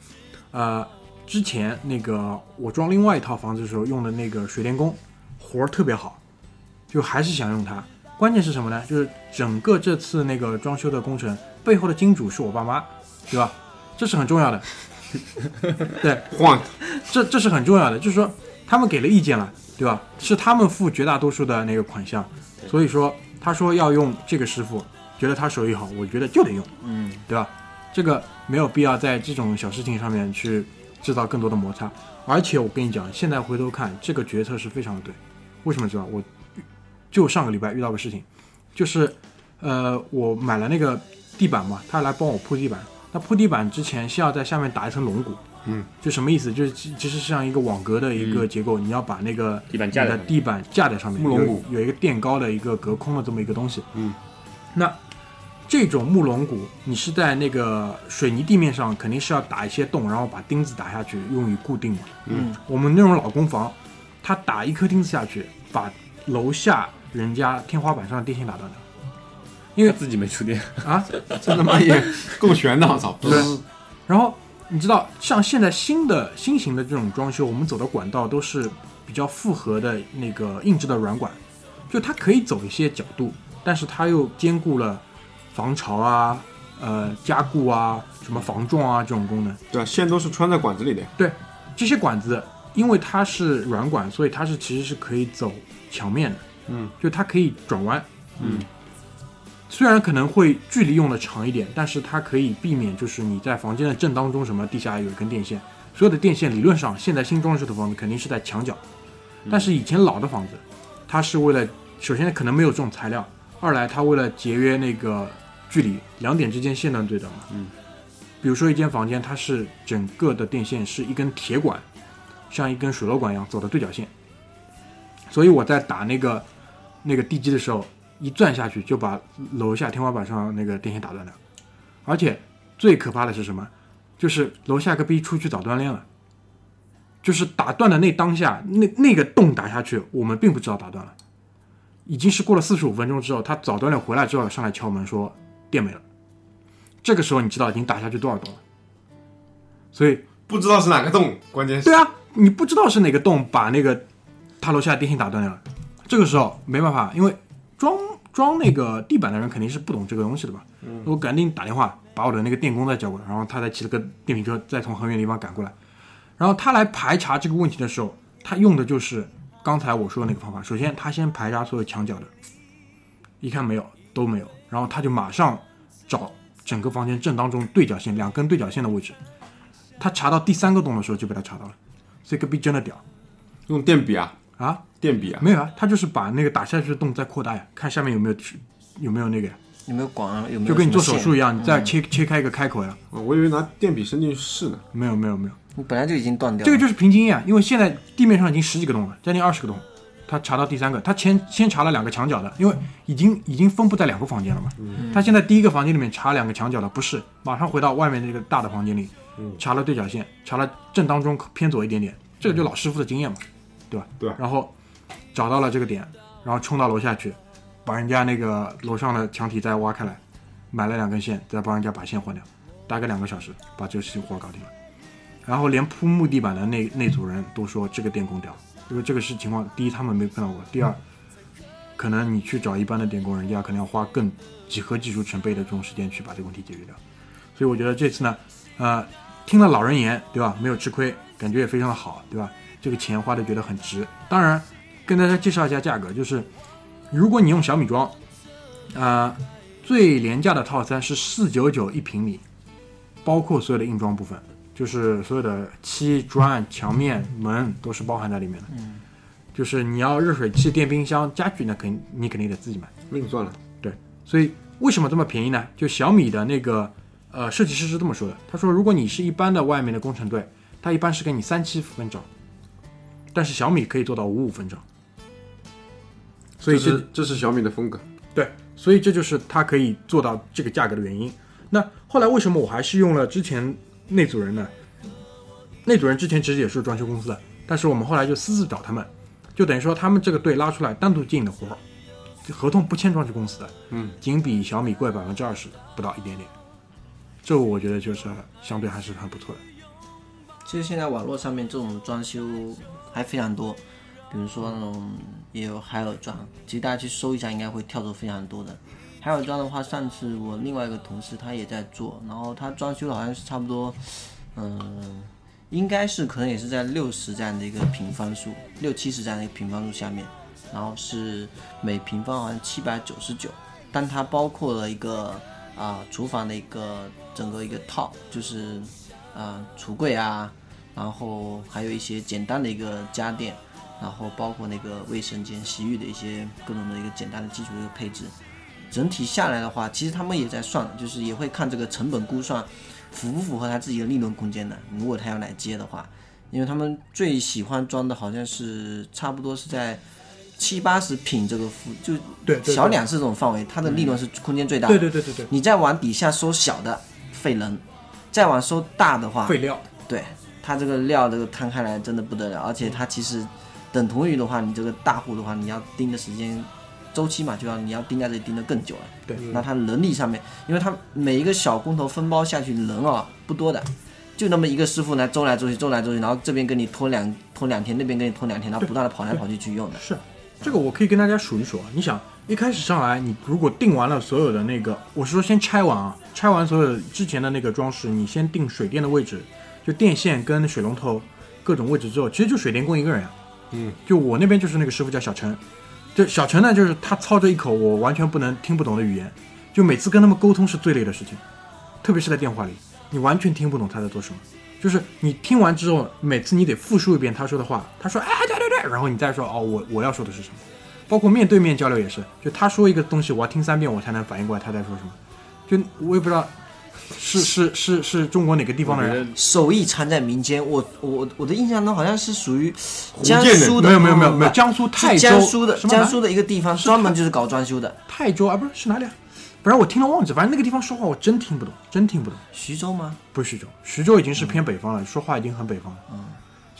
Speaker 2: 呃，之前那个我装另外一套房子的时候用的那个水电工，活儿特别好，就还是想用它。关键是什么呢？就是整个这次那个装修的工程背后的金主是我爸妈，对吧？这是很重要的，
Speaker 4: 晃
Speaker 2: 这这是很重要的，就是说他们给了意见了，对吧？是他们付绝大多数的那个款项，所以说他说要用这个师傅，觉得他手艺好，我觉得就得用，
Speaker 3: 嗯，
Speaker 2: 对吧？这个没有必要在这种小事情上面去制造更多的摩擦。而且我跟你讲，现在回头看这个决策是非常的对，为什么知道？我就上个礼拜遇到个事情，就是呃，我买了那个地板嘛，他来帮我铺地板。那铺地板之前先要在下面打一层龙骨，
Speaker 4: 嗯，
Speaker 2: 就什么意思？就是其其实是像一个网格的一个结构，你要把那个
Speaker 5: 地板
Speaker 2: 你
Speaker 5: 架在
Speaker 2: 的
Speaker 5: 上面
Speaker 2: 地板架在上面，
Speaker 4: 木龙骨
Speaker 2: 有有一个垫高的一个隔空的这么一个东西。
Speaker 4: 嗯，
Speaker 2: 那这种木龙骨，你是在那个水泥地面上肯定是要打一些洞，然后把钉子打下去，用于固定嘛。
Speaker 3: 嗯，
Speaker 2: 我们那种老公房，他打一颗钉子下去，把楼下人家天花板上的电线打断了
Speaker 5: 因为自己没触电，
Speaker 2: 啊！
Speaker 4: 这他妈也够悬的，我操！
Speaker 2: 对然后你知道，像现在新的新型的这种装修，我们走的管道都是比较复合的那个硬质的软管，就它可以走一些角度，但是它又兼顾了防潮啊、呃加固啊、什么防撞啊这种功能。
Speaker 4: 对啊，线都是穿在管子里的，
Speaker 2: 这些管子，因为它是软管，所以它是其实是可以走墙面的，
Speaker 4: 嗯，
Speaker 2: 就它可以转弯，嗯，虽然可能会距离用的长一点，但是它可以避免就是你在房间的正当中什么地下有一根电线，所有的电线理论上现在新装修的房子肯定是在墙角，但是以前老的房子，它是为了首先可能没有这种材料，二来它为了节约那个距离，两点之间线段最短嘛。
Speaker 5: 嗯。
Speaker 2: 比如说一间房间，它是整个的电线是一根铁管，像一根水螺管一样走的对角线，所以我在打那个那个地基的时候，一钻下去就把楼下天花板上那个电线打断了。而且最可怕的是什么？就是楼下个逼出去早锻炼了，就是打断的那当下，那那个洞打下去，我们并不知道打断了，已经是过了四十五分钟之后，他早锻炼回来之后上来敲门说电没了，这个时候你知道已经打下去多少洞了，所以
Speaker 4: 不知道是哪个洞，关键是
Speaker 2: 对啊，你不知道是哪个洞把那个他楼下的电线打断了，这个时候没办法，因为装装那个地板的人肯定是不懂这个东西的吧？我赶紧打电话把我的那个电工再叫过来，然后他再骑了个电瓶车再从很远的地方赶过来，然后他来排查这个问题的时候，他用的就是刚才我说的那个方法。首先他先排查所有墙角的，一看没有都没有，然后他就马上找整个房间正当中对角线两根对角线的位置。他查到第三个洞的时候就被他查到了，这个逼真的屌
Speaker 4: 用电笔啊，
Speaker 2: 啊！
Speaker 4: 电笔啊，
Speaker 2: 没有啊，他就是把那个打下去的洞再扩大呀，看下面有没有去有没有那个呀，
Speaker 3: 有没有管啊？有没有
Speaker 2: 就跟你做
Speaker 3: 什
Speaker 2: 手
Speaker 3: 么线
Speaker 2: 术一样，你再切、切开一个开口呀，
Speaker 4: 嗯我以为拿电笔伸进去试呢。
Speaker 2: 没有没有没有，
Speaker 3: 你本来就已经断掉了。
Speaker 2: 这个就是凭经验啊，因为现在地面上已经十几个洞了，将近二十个洞，他查到第三个，他前先查了两个墙角的，因为已经已经分布在两个房间了嘛，
Speaker 3: 嗯
Speaker 2: 他现在第一个房间里面查两个墙角的不是，马上回到外面那个大的房间里，
Speaker 3: 嗯
Speaker 2: 查了对角线，查了正当中偏左一点点，这个就老师傅的经验嘛，对吧？
Speaker 4: 对
Speaker 2: 然后找到了这个点，然后冲到楼下去，把人家那个楼上的墙体再挖开来，买了两根线，再帮人家把线换掉，大概两个小时把这个事情活搞定了。然后连铺木地板的那那组人都说这个电工屌，因为这个是情况，第一他们没碰到过，第二，可能你去找一般的电工人家可能要花更几何技术成倍的这种时间去把这个问题解决掉。所以我觉得这次呢，呃，听了老人言，对吧？没有吃亏，感觉也非常的好，对吧？这个钱花的觉得很值。当然，跟大家介绍一下价格，就是如果你用小米装，呃，最廉价的套餐是四九九一平米，包括所有的硬装部分，就是所有的漆、砖、墙面、门都是包含在里面的。就是你要热水器、电冰箱、家具，那肯你肯定得自己买。
Speaker 4: 命赚了，
Speaker 2: 对，所以为什么这么便宜呢？就小米的那个呃设计师是这么说的，他说如果你是一般的外面的工程队，他一般是给你三七分账，但是小米可以做到五五分账，所以
Speaker 4: 这
Speaker 2: 这
Speaker 4: 是这是小米的风格。
Speaker 2: 对，所以这就是它可以做到这个价格的原因。那后来为什么我还是用了之前那组人呢？那组人之前其实也是装修公司的，但是我们后来就私自找他们，就等于说他们这个队拉出来单独进的活儿，合同不签装修公司的，
Speaker 4: 嗯，
Speaker 2: 仅比小米贵百分之二十不到一点点，这我觉得就是相对还是很不错的。
Speaker 3: 其实现在网络上面这种装修还非常多，比如说那种也有海尔装，其实大家去搜一下，应该会跳出非常多的。海尔装的话，上次我另外一个同事他也在做，然后他装修的好像是差不多，嗯、应该是可能也是在六十这样的一个平方数，六七十这样的一个平方数下面，然后是每平方好像七百九十九，但它包括了一个啊、厨房的一个整个一个套，就是啊、橱柜啊，然后还有一些简单的一个家电，然后包括那个卫生间、洗浴的一些各种的一个简单的基础的一个配置。整体下来的话，其实他们也在算，就是也会看这个成本估算符不符合他自己的利润空间的。如果他要来接的话，因为他们最喜欢装的好像是差不多是在七八十平这个幅，就
Speaker 2: 对对对嗯
Speaker 3: 小两室这种范围，它的利润是空间最大的。
Speaker 2: 对对对，
Speaker 3: 你再往底下收小的废人，再往收大的话，
Speaker 2: 废料。
Speaker 3: 对它这个料这个摊开来真的不得了，而且它其实等同于的话，你这个大户的话，你要盯的时间周期嘛，就要你要盯在这里盯得更久了。
Speaker 2: 对
Speaker 3: 那它人力上面，因为它每一个小工头分包下去人啊、不多的。就那么一个师傅来周来周去，周来周去，然后这边跟你拖两拖两天，那边跟你拖两天，然后不断的跑来跑去去用 的。
Speaker 2: 是，这个我可以跟大家数一数啊。你想，一开始上来，你如果定完了所有的那个，我是说先拆完啊，拆完所有之前的那个装饰，你先定水电的位置，就电线跟水龙头各种位置之后，其实就水电工一个人啊。
Speaker 4: 嗯，
Speaker 2: 就我那边就是那个师傅叫小陈，就小陈呢，就是他操着一口我完全不能听不懂的语言，就每次跟他们沟通是最累的事情，特别是在电话里，你完全听不懂他在做什么。就是你听完之后，每次你得复述一遍他说的话。他说：“哎，对对对。”然后你再说：“哦，我我要说的是什么？”包括面对面交流也是，就他说一个东西，我要听三遍，我才能反应过来他在说什么。就我也不知道是是是是中国哪个地
Speaker 5: 我
Speaker 2: 方的
Speaker 5: 觉
Speaker 2: 人
Speaker 5: 得，
Speaker 3: 手艺藏在民间，我我我的印象中好像是属于
Speaker 4: 建
Speaker 3: 江
Speaker 4: 的
Speaker 3: 苏的，
Speaker 2: 没有没有没有
Speaker 3: 不
Speaker 2: 没有，
Speaker 3: 不
Speaker 2: 江苏泰
Speaker 3: 是
Speaker 2: 州
Speaker 3: 江苏的
Speaker 2: 什么南
Speaker 3: 江苏的一个地方，专门就是搞装修的，
Speaker 2: 泰州啊，不是是哪里啊？反正我听了忘记，反正那个地方说话我真听不懂，真听不懂。
Speaker 3: 徐州吗？
Speaker 2: 不是徐州，徐州已经是偏北方了，
Speaker 3: 嗯
Speaker 2: 说话已经很北方了。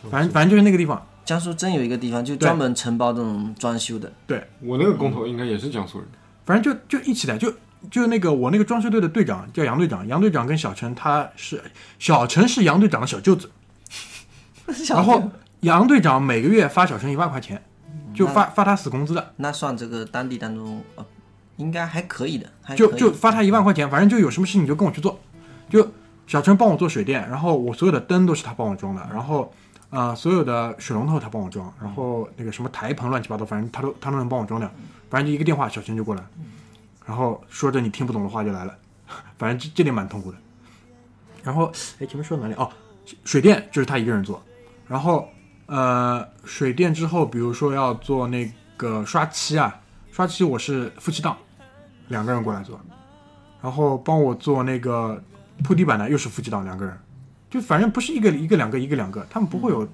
Speaker 2: 反正反正就是那个地方。
Speaker 3: 江苏真有一个地方就专门承包这种装修的，
Speaker 2: 对，
Speaker 4: 我那个工头应该也是江苏人，
Speaker 2: 反正就就一起的，就就那个我那个装修队的队长叫杨队长，杨队长跟小陈他是小陈是杨队长的小舅子，然后杨队长每个月发小陈一万块钱，就发发他死工资的，
Speaker 3: 那算这个当地当中呃，应该还可以的，还
Speaker 2: 就
Speaker 3: 可以嗯
Speaker 2: 就发他一万块钱，反正就有什么事情你就跟我去做，就小陈帮我做水电，然后我所有的灯都是他帮我装的，然后。啊、所有的水龙头他帮我装，然后那个什么台盆乱七八糟，反正他都他都能帮我装掉，反正就一个电话，小陈就过来，
Speaker 3: 嗯
Speaker 2: 然后说着你听不懂的话就来了， 反正这这点蛮痛苦的。然后，哎，前面说到哪里？哦，水电就是他一个人做，然后呃，水电之后，比如说要做那个刷漆啊，刷漆我是夫妻档，两个人过来做，然后帮我做那个铺地板的又是夫妻档两个人，就反正不是一个一个两个一个两个，他们不会有，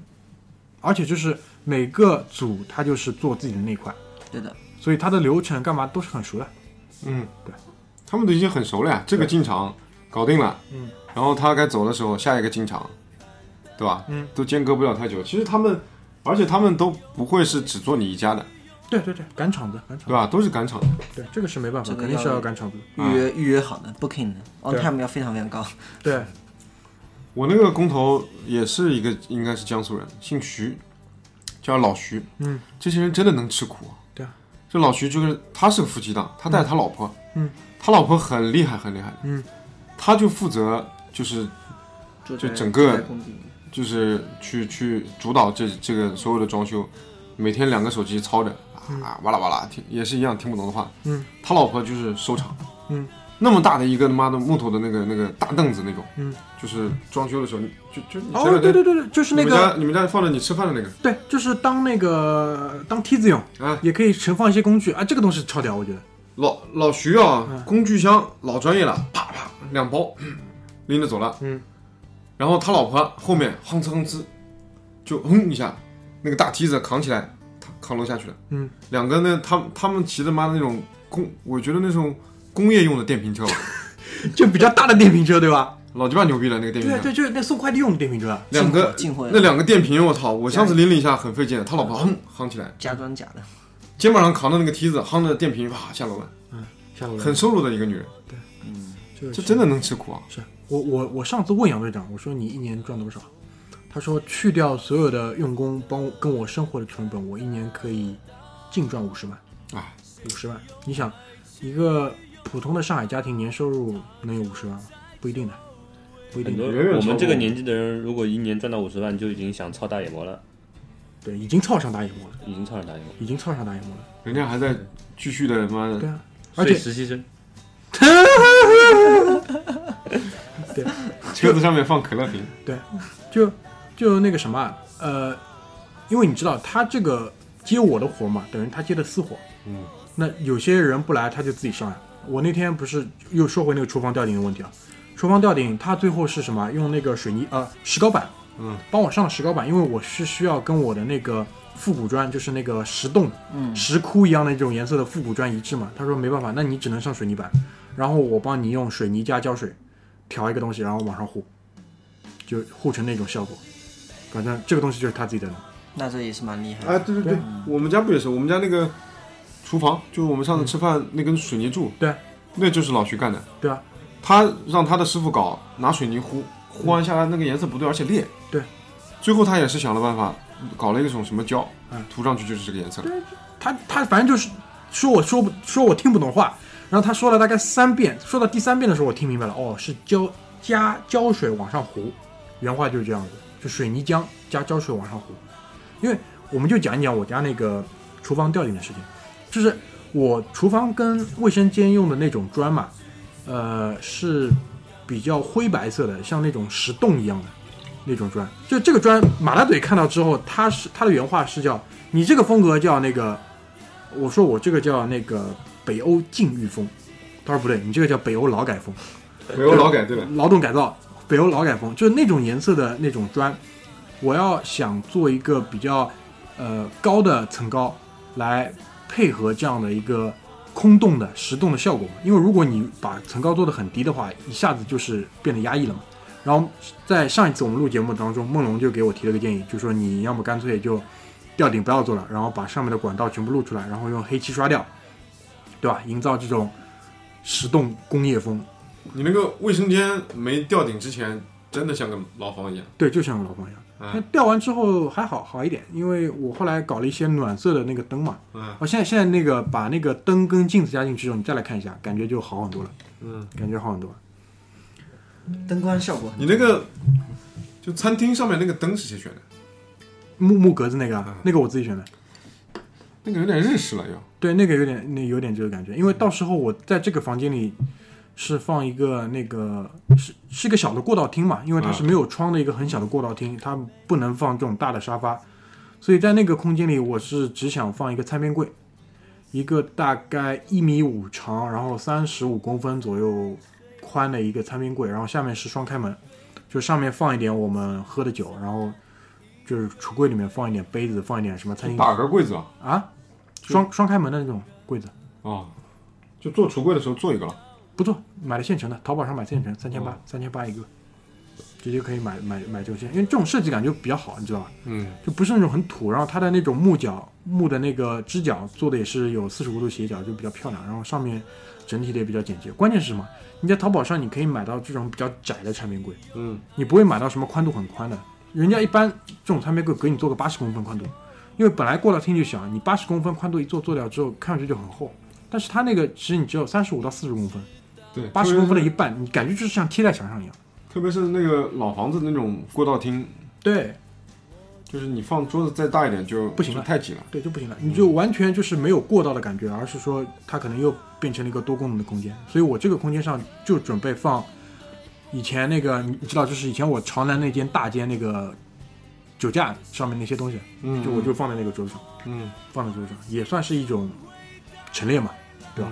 Speaker 2: 而且就是每个组他就是做自己的那一块，
Speaker 3: 对的，
Speaker 2: 所以他的流程干嘛都是很熟的。
Speaker 4: 嗯，
Speaker 2: 对，
Speaker 4: 他们都已经很熟了呀，这个进场搞定了，
Speaker 2: 嗯，
Speaker 4: 然后他该走的时候，下一个进场，对吧？
Speaker 2: 嗯，
Speaker 4: 都间隔不了太久。其实他们，而且他们都不会是只做你一家的，
Speaker 2: 对对对，赶场子，赶场
Speaker 4: 对
Speaker 2: 子，
Speaker 4: 吧？都是赶场的。
Speaker 2: 对，这个是没办法，
Speaker 3: 这个
Speaker 2: 肯定是
Speaker 3: 要
Speaker 2: 要赶场子的。
Speaker 4: 啊
Speaker 3: 预约预约好的 booking 的，on
Speaker 2: 对
Speaker 3: time 要非常非常高。
Speaker 2: 对，
Speaker 4: 我那个工头也是一个，应该是江苏人，姓徐，叫老徐。
Speaker 2: 嗯，
Speaker 4: 这些人真的能吃苦、啊。
Speaker 2: 对啊，
Speaker 4: 这老徐就是他是个夫妻档，他带着他老婆。
Speaker 2: 嗯，
Speaker 4: 他老婆很厉害，很厉害的。
Speaker 2: 嗯，
Speaker 4: 他就负责就是
Speaker 3: 就
Speaker 4: 就整个就是去去主导这这个所有的装修，每天两个手机操着啊，哇啦哇啦听也是一样听不懂的话。
Speaker 2: 嗯，
Speaker 4: 他老婆就是收场。
Speaker 2: 嗯，
Speaker 4: 那么大的一个他妈的木头的那个那个大凳子那种。
Speaker 2: 嗯，
Speaker 4: 就是装修的时候，你就就你前
Speaker 2: 哦，
Speaker 4: 两
Speaker 2: 对
Speaker 4: 天
Speaker 2: 对对对，就是那
Speaker 4: 你们
Speaker 2: 个
Speaker 4: 家你们家放着你吃饭的那个
Speaker 2: 对，就是当那个当梯子用，
Speaker 4: 啊，
Speaker 2: 也可以盛放一些工具啊，这个东西超屌，我觉得。
Speaker 4: 老老徐啊，工具箱老专业了，啪啪两包拎着走了。
Speaker 2: 嗯，
Speaker 4: 然后他老婆后面哼哧哼哧，就哼一下，那个大梯子扛起来，他扛楼下去了。
Speaker 2: 嗯，
Speaker 4: 两个呢，他们他们骑的妈的那种工，我觉得那种工业用的电瓶车吧，
Speaker 2: 就比较大的电瓶车，对吧？
Speaker 4: 老鸡巴牛逼了那个电瓶
Speaker 2: 对
Speaker 4: 车。
Speaker 2: 对，就是那送快递用的电瓶车。
Speaker 4: 两个
Speaker 3: 进货呀
Speaker 4: 那两个电瓶，我操！我上次拎了一下，很费劲。他老婆哼扛起来，
Speaker 3: 加装甲的，
Speaker 4: 肩膀上扛着那个梯子，夯着电瓶，哇下楼了，
Speaker 2: 下楼
Speaker 4: 很瘦弱的一个女人，
Speaker 2: 就是
Speaker 4: 这真的能吃苦啊！
Speaker 2: 是我我我上次问杨队长，我说你一年赚多少？他说去掉所有的用工帮我跟我生活的成本，我一年可以净赚五十万。
Speaker 4: 哎，
Speaker 5: 啊
Speaker 2: 五十万，你想一个普通的上海家庭年收入能有五十万吗？不一定的，不一
Speaker 5: 很
Speaker 2: 定
Speaker 5: 多
Speaker 2: 的。
Speaker 4: 远远
Speaker 5: 我
Speaker 4: 超
Speaker 5: 们
Speaker 4: 过
Speaker 5: 这个年纪的人，如果一年赚到五十万，就已经想操大野魔了，
Speaker 2: 对，已经超上大荧幕了，
Speaker 5: 已经操上大野魔，
Speaker 2: 已经超上大荧幕了。
Speaker 4: 人家还在继续的他妈
Speaker 2: 对
Speaker 4: 的，
Speaker 2: 啊，而
Speaker 5: 所以
Speaker 2: 且
Speaker 5: 实习生
Speaker 4: 车子上面放可乐瓶，
Speaker 2: 就就那个什么啊，呃，因为你知道他这个接我的活嘛，等于他接的私活。
Speaker 4: 嗯，
Speaker 2: 那有些人不来，他就自己上来。我那天不是又说回那个厨房吊顶的问题啊，厨房吊顶它最后是什么？用那个水泥呃石膏板，
Speaker 4: 嗯，
Speaker 2: 帮我上了石膏板，因为我是需要跟我的那个复古砖，就是那个石洞、
Speaker 3: 嗯，
Speaker 2: 石窟一样的那种颜色的复古砖一致嘛。他说没办法，那你只能上水泥板，然后我帮你用水泥加胶水调一个东西，然后往上糊，就糊成那种效果。反正这个东西就是他自己的了。
Speaker 3: 那这也是蛮厉害
Speaker 4: 哎，
Speaker 3: 的。
Speaker 4: 对对对，我们家不也是，我们家那个厨房，就是我们上次吃饭那根水泥柱，
Speaker 2: 对，
Speaker 4: 那就是老徐干的，
Speaker 2: 对啊，
Speaker 4: 他让他的师傅搞，拿水泥糊，糊完下来那个颜色不对，而且裂，
Speaker 2: 对，
Speaker 4: 最后他也是想了办法，搞了一种什么胶
Speaker 2: 嗯，
Speaker 4: 涂上去就是这个颜色了，
Speaker 2: 他他反正就是说我说不说我听不懂话，然后他说了大概三遍，说到第三遍的时候我听明白了，哦，是胶加胶水往上糊，原话就是这样子，就水泥浆加胶水往上糊。因为我们就讲一讲我家那个厨房吊顶的事情，就是我厨房跟卫生间用的那种砖嘛，呃，是比较灰白色的，像那种石洞一样的，那种砖。就这个砖，马大嘴看到之后，他是他的原话是叫“你这个风格叫那个”，我说我这个叫那个北欧禁欲风，他说不对，你这个叫北欧劳改风。
Speaker 4: 没有劳改对吧？
Speaker 2: 劳动改造，北欧劳改风，就是那种颜色的那种砖。我要想做一个比较呃高的层高，来配合这样的一个空洞的实洞的效果嘛。因为如果你把层高做得很低的话，一下子就是变得压抑了嘛。然后在上一次我们录节目当中，梦龙就给我提了个建议，就说你要么干脆就吊顶不要做了，然后把上面的管道全部露出来，然后用黑漆刷掉，对吧？营造这种石洞工业风。
Speaker 4: 你那个卫生间没吊顶之前，真的像个牢房一样。
Speaker 2: 对，就像个老方向。那吊完之后还好好一点，因为我后来搞了一些暖色的那个灯嘛。哦
Speaker 4: 嗯
Speaker 2: 我现在现在那个把那个灯跟镜子加进去之后，你再来看一下，感觉就好很多了，
Speaker 4: 嗯，
Speaker 2: 感觉好很多了。
Speaker 3: 灯光效果
Speaker 4: 你那个就餐厅上面那个灯是谁选的？
Speaker 2: 木木格子那个啊，那个我自己选的。
Speaker 4: 那个有点日式了要。
Speaker 2: 对，那个有点那有点这个感觉，因为到时候我在这个房间里是放一个那个是是一个小的过道厅嘛，因为它是没有窗的一个很小的过道厅，它不能放这种大的沙发，所以在那个空间里我是只想放一个餐边柜，一个大概一米五长，然后三十五公分左右宽的一个餐边柜，然后下面是双开门，就上面放一点我们喝的酒，然后就是橱柜里面放一点杯子，放一点什么餐巾纸
Speaker 4: 打个柜子啊？
Speaker 2: 啊，双双开门的那种柜子。
Speaker 4: 哦，就做橱柜的时候做一个了。
Speaker 2: 不错，买了现成的，淘宝上买
Speaker 4: 嗯
Speaker 2: 现成，三千八，三千八一个，直接可以买买买这个现，因为这种设计感就比较好，你知道吧？
Speaker 4: 嗯，
Speaker 2: 就不是那种很土，然后它的那种木角木的那个支脚做的也是有四十五度斜角，就比较漂亮，然后上面整体的也比较简洁。关键是什么？你在淘宝上你可以买到这种比较窄的产品柜，
Speaker 4: 嗯，
Speaker 2: 你不会买到什么宽度很宽的，人家一般这种产品柜给你做个八十公分宽度，因为本来过道厅就小，你八十公分宽度一做做掉之后，看上去就很厚，但是它那个其实你只有三十五到四十公分。
Speaker 4: 对，
Speaker 2: 八十
Speaker 4: 特别
Speaker 2: 公分的一半，你感觉就是像贴在墙上一样。
Speaker 4: 特别是那个老房子那种过道厅，
Speaker 2: 对
Speaker 4: 就是你放桌子再大一点就
Speaker 2: 不行了
Speaker 4: 就太挤了。
Speaker 2: 对，就不行了，你就完全就是没有过道的感觉，而是说它可能又变成了一个多功能的空间。所以我这个空间上就准备放以前那个，你知道，就是以前我潮南那间大间那个酒架上面那些东西，
Speaker 4: 嗯
Speaker 2: 就我就放在那个桌子上，
Speaker 4: 嗯，
Speaker 2: 放在桌子上也算是一种陈列嘛，对吧？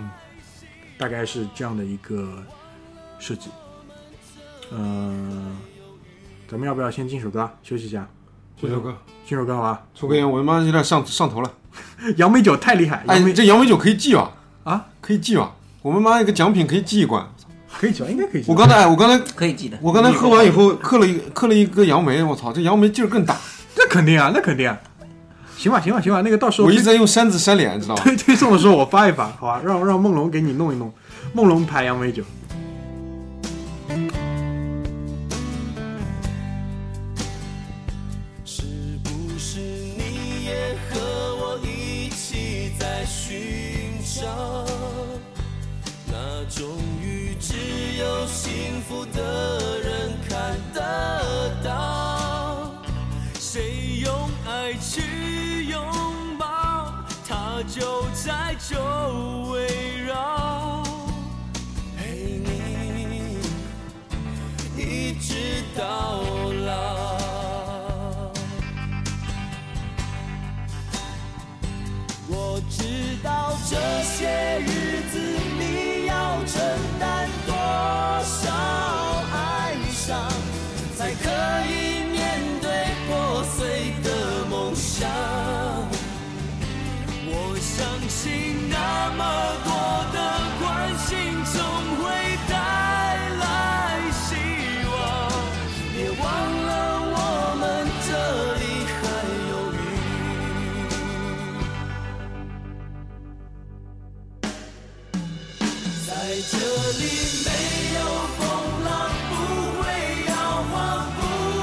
Speaker 2: 大概是这样的一个设计。嗯、咱们要不要先进首歌啊休息一下？
Speaker 4: 这首歌
Speaker 2: 进入歌好吧？
Speaker 4: 抽根烟，我他妈有点上上头了。
Speaker 2: 杨梅酒太厉害，
Speaker 4: 哎，
Speaker 2: 杨梅、
Speaker 4: 这杨梅酒可以寄吧？
Speaker 2: 啊，
Speaker 4: 可以寄吧？我们妈一个奖品可以寄一罐。
Speaker 2: 可以讲，应该可以讲。
Speaker 4: 我刚才，哎，我刚才，
Speaker 3: 可以记得。
Speaker 4: 我刚才喝完以后，嗑了一嗑了一个杨梅，我操，这杨梅劲儿更大。
Speaker 2: 那肯定啊，那肯定、啊。行吧，行吧，行吧，那个到时候
Speaker 4: 我一直在用扇子扇脸，知道 吧？
Speaker 2: 推推送的时候我发一发，好吧？让让梦龙给你弄一弄，梦龙牌杨梅酒。
Speaker 1: 是不是你也和我一起在寻找那终于只有幸福的人看得到？谁用爱去拥抱，它就在周围绕，陪你一直到老。我知道这些日子你要承担多少哀伤，才可以面对破碎的梦想。我相信那么多的关心总会带来希望，别忘了我们这里还有雨。在这里没有风浪，不会摇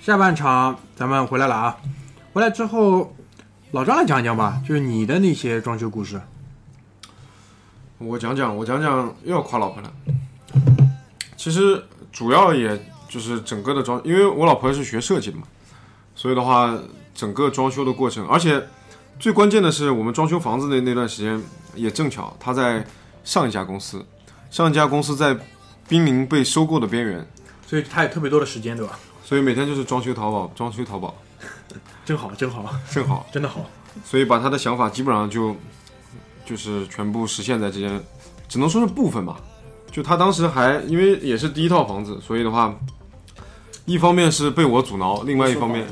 Speaker 2: 下半场咱们回来了啊，回来之后，老张来讲一讲吧，就是你的那些装修故事。
Speaker 4: 我讲讲，我讲讲，又要夸老婆了。其实主要也就是整个的装，因为我老婆是学设计的嘛，所以的话，整个装修的过程，而且最关键的是，我们装修房子的那段时间也正巧，她在上一家公司，上一家公司在濒临被收购的边缘，
Speaker 2: 所以他有特别多的时间，对吧？
Speaker 4: 所以每天就是装修淘宝，装修淘宝，
Speaker 2: 真好，真好，
Speaker 4: 正好。
Speaker 2: 真的好。
Speaker 4: 所以把他的想法基本上就就是全部实现在这间，只能说是部分吧。就他当时还因为也是第一套房子，所以的话，一方面是被我阻挠，另外一方面，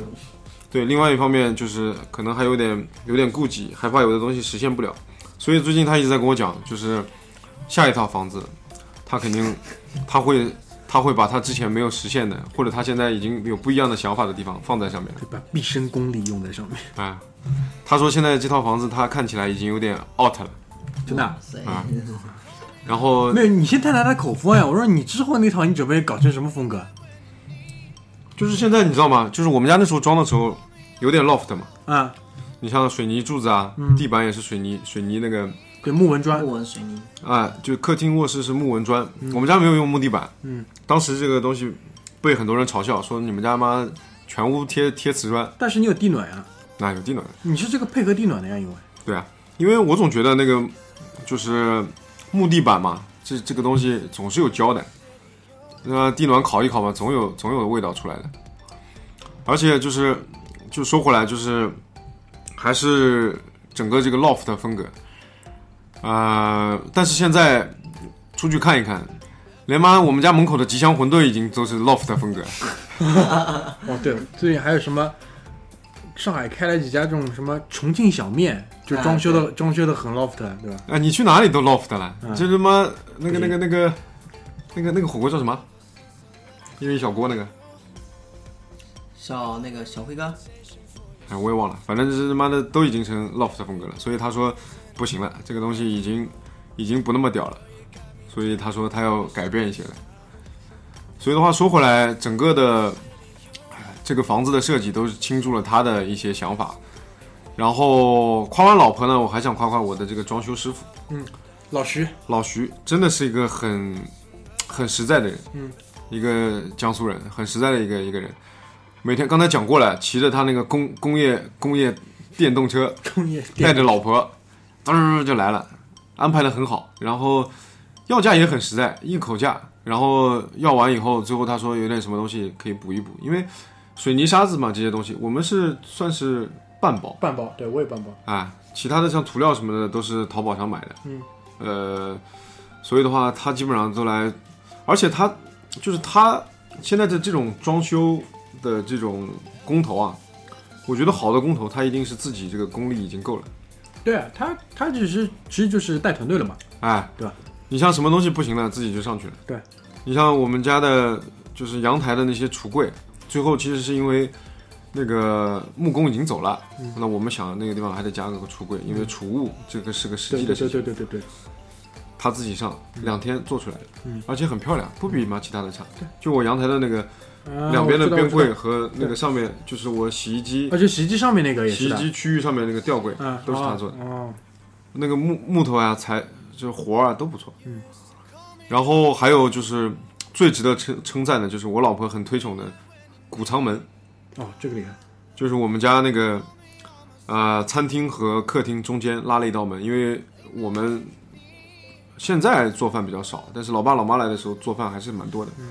Speaker 4: 对，另外一方面就是可能还有点有点顾忌，害怕有的东西实现不了。所以最近他一直在跟我讲，就是下一套房子，他肯定他会他会把他之前没有实现的，或者他现在已经有不一样的想法的地方放在上面。
Speaker 2: 把毕生功力用在上面，
Speaker 4: 哎，他说现在这套房子他看起来已经有点 out 了，
Speaker 2: 真的啊。
Speaker 3: 塞
Speaker 4: 啊然后
Speaker 2: 没有，你先谈谈他口风呀。我说你之后那套你准备搞成什么风格？
Speaker 4: 就是现在你知道吗？就是我们家那时候装的时候有点 loft 嘛，
Speaker 2: 啊，
Speaker 4: 你像水泥柱子啊，地板也是水泥水泥那个，
Speaker 2: 对，木纹砖
Speaker 3: 木，纹水泥，
Speaker 4: 啊，就客厅卧室是木纹砖，我们家没有用木地板，
Speaker 2: 嗯，
Speaker 4: 当时这个东西被很多人嘲笑说你们家妈全屋贴贴瓷砖，
Speaker 2: 但是你有地暖啊呀，
Speaker 4: 那有地暖，
Speaker 2: 你是这个配合地暖的呀，因为
Speaker 4: 对啊，因为我总觉得那个就是木地板嘛，这这个东西总是有胶的，那地暖烤一烤嘛，总有总有味道出来的。而且就是，就说回来，就是还是整个这个 loft 的风格，呃，但是现在出去看一看，连妈我们家门口的吉祥馄饨已经都是 loft 的风格，
Speaker 2: 哦对，最近还有什么？上海开了几家这种什么重庆小面，就
Speaker 3: 啊
Speaker 2: 装修的、装修的很 loft，对吧？
Speaker 4: 啊，你去哪里都 loft 了，
Speaker 2: 嗯
Speaker 4: 这他妈那个那个那个那个那个火锅叫什么？因为小锅那个，
Speaker 3: 小那个小灰缸，
Speaker 4: 哎，我也忘了，反正就是他妈的都已经成 loft 的风格了，所以他说不行了，这个东西已经已经不那么屌了，所以他说他要改变一些了。所以的话说回来，整个的哎这个房子的设计都是倾注了他的一些想法。然后夸完老婆呢，我还想夸夸我的这个装修师傅
Speaker 2: 老徐，
Speaker 4: 老徐，真的是一个很很实在的人，
Speaker 2: 嗯，
Speaker 4: 一个江苏人，很实在的一个一个人。每天刚才讲过了，骑着他那个工工业工业电动车，
Speaker 2: 工业
Speaker 4: 带
Speaker 2: 电
Speaker 4: 着老婆，噔、就来了，安排的很好，然后要价也很实在，一口价。然后要完以后，最后他说有点什么东西可以补一补，因为水泥沙子嘛这些东西，我们是算是半包，
Speaker 2: 半包，对我也半包，
Speaker 4: 啊，其他的像涂料什么的都是淘宝上买的。
Speaker 2: 嗯，
Speaker 4: 呃，所以的话，他基本上都来，而且他就是他现在的这种装修的这种工头啊，我觉得好的工头他一定是自己这个功力已经够了。
Speaker 2: 对啊，他他只是其实就是带团队了嘛，
Speaker 4: 哎，
Speaker 2: 对吧？
Speaker 4: 你像什么东西不行了，自己就上去了。
Speaker 2: 对，
Speaker 4: 你像我们家的，就是阳台的那些橱柜，最后其实是因为那个木工已经走了，那我们想那个地方还得加个橱柜，因为储物这个是个实
Speaker 2: 对
Speaker 4: 际
Speaker 2: 对
Speaker 4: 的事
Speaker 2: 对
Speaker 4: 情
Speaker 2: 对。对对对，
Speaker 4: 他自己上，两天做出来的，
Speaker 2: 嗯
Speaker 4: 而且很漂亮，不比妈其他的差。就我阳台的那个
Speaker 2: 啊
Speaker 4: 两边的边，
Speaker 2: 我知
Speaker 4: 柜
Speaker 2: 道
Speaker 4: 和那个上面，就是我洗衣
Speaker 2: 我知
Speaker 4: 机
Speaker 2: 道而且洗衣机上面那个也
Speaker 4: 洗
Speaker 2: 是
Speaker 4: 衣
Speaker 2: 的，
Speaker 4: 机区域上面那个吊柜
Speaker 2: 嗯，
Speaker 4: 都是他做的。
Speaker 2: 哦，
Speaker 4: 那个木木头啊、材就是活儿啊都不错。
Speaker 2: 嗯，
Speaker 4: 然后还有就是最值得称称赞的，就是我老婆很推崇的谷仓门，
Speaker 2: 哦，这个厉害，
Speaker 4: 就是我们家那个呃餐厅和客厅中间拉了一道门，因为我们现在做饭比较少，但是老爸老妈来的时候做饭还是蛮多的，
Speaker 2: 嗯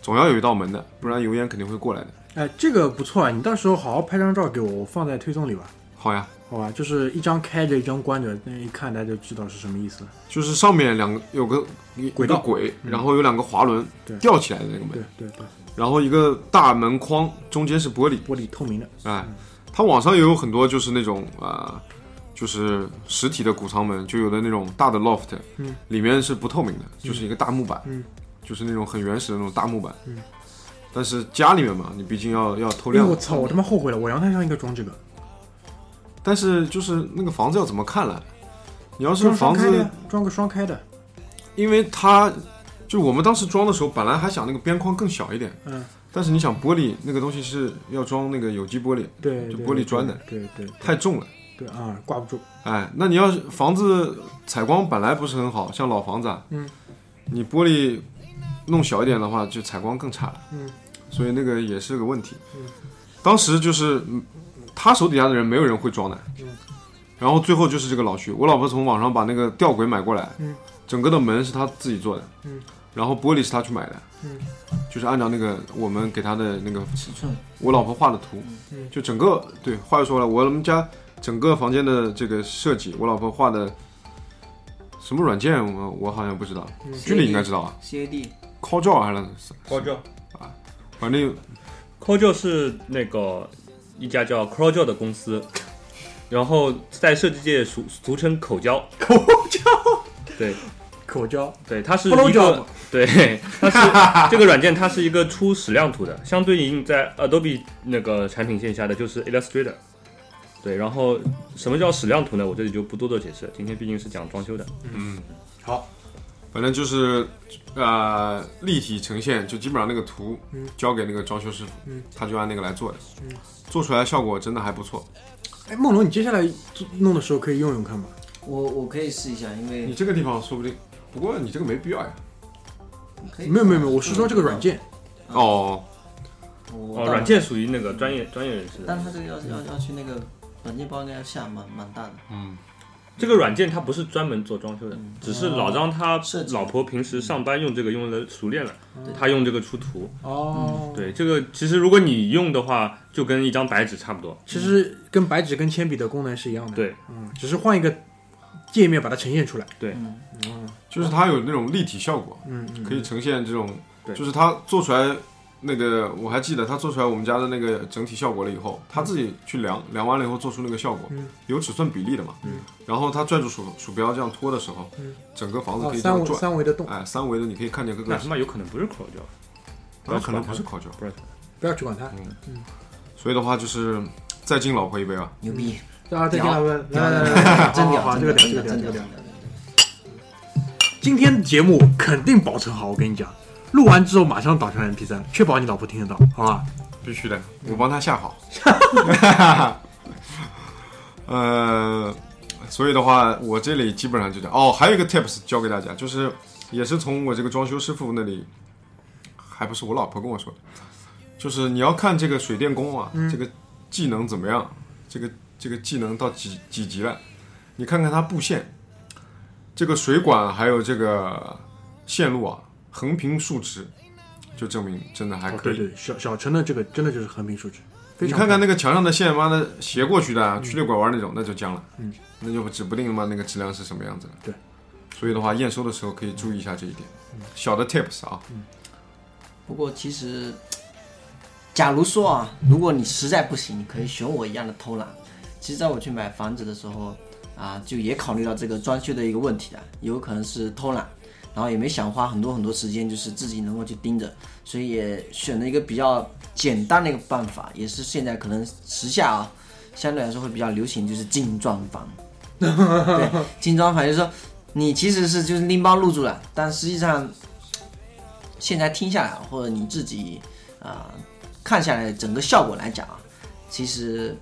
Speaker 4: 总要有一道门的，不然油烟肯定会过来的。
Speaker 2: 哎，这个不错啊，你到时候好好拍张照给我，我放在推送里吧，
Speaker 4: 好呀，
Speaker 2: 好吧？就是一张开着，一张关着，那一看大家就知道是什么意思了。
Speaker 4: 就是上面两个有个一
Speaker 2: 轨
Speaker 4: 一个
Speaker 2: 道
Speaker 4: 轨，然后有两个滑轮
Speaker 2: 嗯对
Speaker 4: 吊起来的那个门
Speaker 2: 对，对对，
Speaker 4: 然后一个大门框，中间是玻璃。
Speaker 2: 玻璃透明的，
Speaker 4: 哎，它网上也有很多就是那种啊、呃就是实体的谷仓门，就有的那种大的 loft，
Speaker 2: 嗯，
Speaker 4: 里面是不透明的，就是一个大木板，
Speaker 2: 嗯，
Speaker 4: 就是那种很原始的那种大木板，
Speaker 2: 嗯。
Speaker 4: 但是家里面嘛，你毕竟要要透
Speaker 2: 哎呦
Speaker 4: 亮
Speaker 2: 我，操，我他妈后悔了，我阳台上应该装这个，
Speaker 4: 但是就是那个房子要怎么看了？你要是
Speaker 2: 装双
Speaker 4: 房
Speaker 2: 开的
Speaker 4: 子
Speaker 2: 呀，装个双开的，
Speaker 4: 因为它就我们当时装的时候，本来还想那个边框更小一点，
Speaker 2: 嗯，
Speaker 4: 但是你想，玻璃那个东西是要装那个有机玻璃，
Speaker 2: 对，
Speaker 4: 就
Speaker 2: 对
Speaker 4: 玻璃砖的，
Speaker 2: 对对对
Speaker 4: 太重了。
Speaker 2: 对啊，挂不住。
Speaker 4: 哎，那你要是房子采光本来不是很好，像老房子，啊，
Speaker 2: 嗯，
Speaker 4: 你玻璃弄小一点的话，就采光更差了，
Speaker 2: 嗯，
Speaker 4: 所以那个也是个问题。当时就是嗯他手底下的人没有人会装的，
Speaker 2: 嗯
Speaker 4: 然后最后就是这个老徐，我老婆从网上把那个吊轨买过来，
Speaker 2: 嗯
Speaker 4: 整个的门是他自己做的，
Speaker 2: 嗯
Speaker 4: 然后玻璃是他去买的，
Speaker 2: 嗯
Speaker 4: 就是按照那个我们给他的那个
Speaker 3: 尺寸，
Speaker 4: 我老婆画的图，
Speaker 2: 嗯
Speaker 4: 就整个对，话又说了，我们家整个房间的这个设计，我老婆画的什么软件，我我好像不知道，居里应该知道啊
Speaker 3: CAD，
Speaker 4: ，Call 照还是什么
Speaker 5: 高教
Speaker 4: 反正
Speaker 5: c o j o 是那个一家叫 c o j o 的公司，然后在设计界俗俗称口交，
Speaker 2: 口交，
Speaker 5: 对
Speaker 2: 口交，
Speaker 5: 对，它是
Speaker 2: Blow
Speaker 5: 一
Speaker 2: job
Speaker 5: 个对， 它是这个软件，它是一个出矢量图的，相对应在 Adobe 那个产品线下的就是 Illustrator。对，然后什么叫矢量图呢？我这里就不多做解释，今天毕竟是讲装修的。
Speaker 2: 好，
Speaker 4: 反正就是呃立体呈现，就基本上那个图交给那个装修师傅，
Speaker 2: 嗯
Speaker 4: 他就按那个来做的，做出来效果真的还不错。
Speaker 2: 哎，梦龙，你接下来做弄的时候可以用用看吗？
Speaker 3: 我我可以试一下，因
Speaker 4: 你
Speaker 3: 为
Speaker 4: 这个地方说不定，不过你这个没必要呀。
Speaker 3: 可以
Speaker 2: 没有没有没有，我是说这个软，件，
Speaker 4: 哦，
Speaker 3: 我
Speaker 5: 哦，软，件属于那个专业专业人士的。
Speaker 3: 但它这个要要要去那个软件包应该要下蛮蛮大的，
Speaker 4: 嗯，
Speaker 5: 这个软件它不是专门做装修的，
Speaker 2: 嗯
Speaker 5: 只是老张他
Speaker 3: 设计
Speaker 5: 老婆平时上班用这个用的熟练了
Speaker 3: 对，
Speaker 5: 他用这个出图。
Speaker 2: 哦，
Speaker 5: 嗯对，这个其实如果你用的话，就跟一张白纸差不多。
Speaker 2: 其实跟白纸跟铅笔的功能是一样的，，
Speaker 5: 对，
Speaker 2: 嗯，只是换一个界面把它呈现出来，
Speaker 3: 嗯，
Speaker 4: 就是它有那种立体效果，
Speaker 2: 嗯嗯，
Speaker 4: 可以呈现这种，
Speaker 5: 对
Speaker 4: 就是他做出来那个，我还记得他做出来我们家的那个整体效果了以后，他自己去量，量完了以后做出那个效果，
Speaker 2: 嗯
Speaker 4: 有尺寸比例的嘛，
Speaker 2: 嗯
Speaker 4: 然后他拽住鼠鼠标这样拖的时候，
Speaker 2: 嗯
Speaker 4: 整个房子
Speaker 2: 哦
Speaker 4: 可以这
Speaker 2: 三
Speaker 4: 样
Speaker 2: 维
Speaker 4: 转，
Speaker 2: 三维的动，
Speaker 4: 哎，三维的你可以看见各
Speaker 5: 那
Speaker 4: 个
Speaker 5: 他，妈有可能不是口交，
Speaker 4: 那可能不是烤焦，
Speaker 5: 不是。
Speaker 2: 不要去管它。
Speaker 4: 所以的话就是再敬老婆一杯吧，
Speaker 3: 牛逼，
Speaker 2: 啊，再见，
Speaker 3: 屌
Speaker 2: 老温，来来来来 来，
Speaker 3: 真
Speaker 2: 好好好
Speaker 3: 屌，
Speaker 2: 这个
Speaker 3: 真
Speaker 2: 这个
Speaker 3: 屌，真
Speaker 2: 这个
Speaker 3: 屌，
Speaker 2: 今天的节目肯定保存好，我跟你讲，录完之后马上导成 MP 3确保你老婆听得到，好吧？
Speaker 4: 必须的，我帮他下好。 呃，所以的话，我这里基本上就讲哦，还有一个 tips 教给大家，就是也是从我这个装修师傅那里，还不是我老婆跟我说的，就是你要看这个水电工啊，
Speaker 2: 嗯
Speaker 4: 这个技能怎么样，这个这个技能到几几级了，你看看他布线，这个水管还有这个线路啊，横平竖直，就证明真的还
Speaker 2: 哦
Speaker 4: 可以。
Speaker 2: 对对，小小陈的这个真的就是横平竖直，非
Speaker 4: 你
Speaker 2: 常
Speaker 4: 看看
Speaker 2: 那
Speaker 4: 那个墙上的线，妈的斜过去的啊，曲里拐弯那种，那就僵了。
Speaker 2: 嗯，
Speaker 4: 那就指不定他妈那个质量是什么样子了。
Speaker 2: 对，嗯
Speaker 4: 所以的话，验收的时候可以注意一下这一点。小的 tips 啊，
Speaker 3: 不过其实，假如说啊，如果你实在不行，你可以选我一样的偷懒。其实，在我去买房子的时候啊，就也考虑到这个装修的一个问题啊，有可能是偷懒，然后也没想花很多很多时间，就是自己能够去盯着，所以也选了一个比较简单的一个办法，也是现在可能时下啊，相对来说会比较流行，就是精装房。 对，精装房就是说，你其实是就是拎包入住了，但实际上现在听下来，或者你自己啊、看下来整个效果来讲啊，其实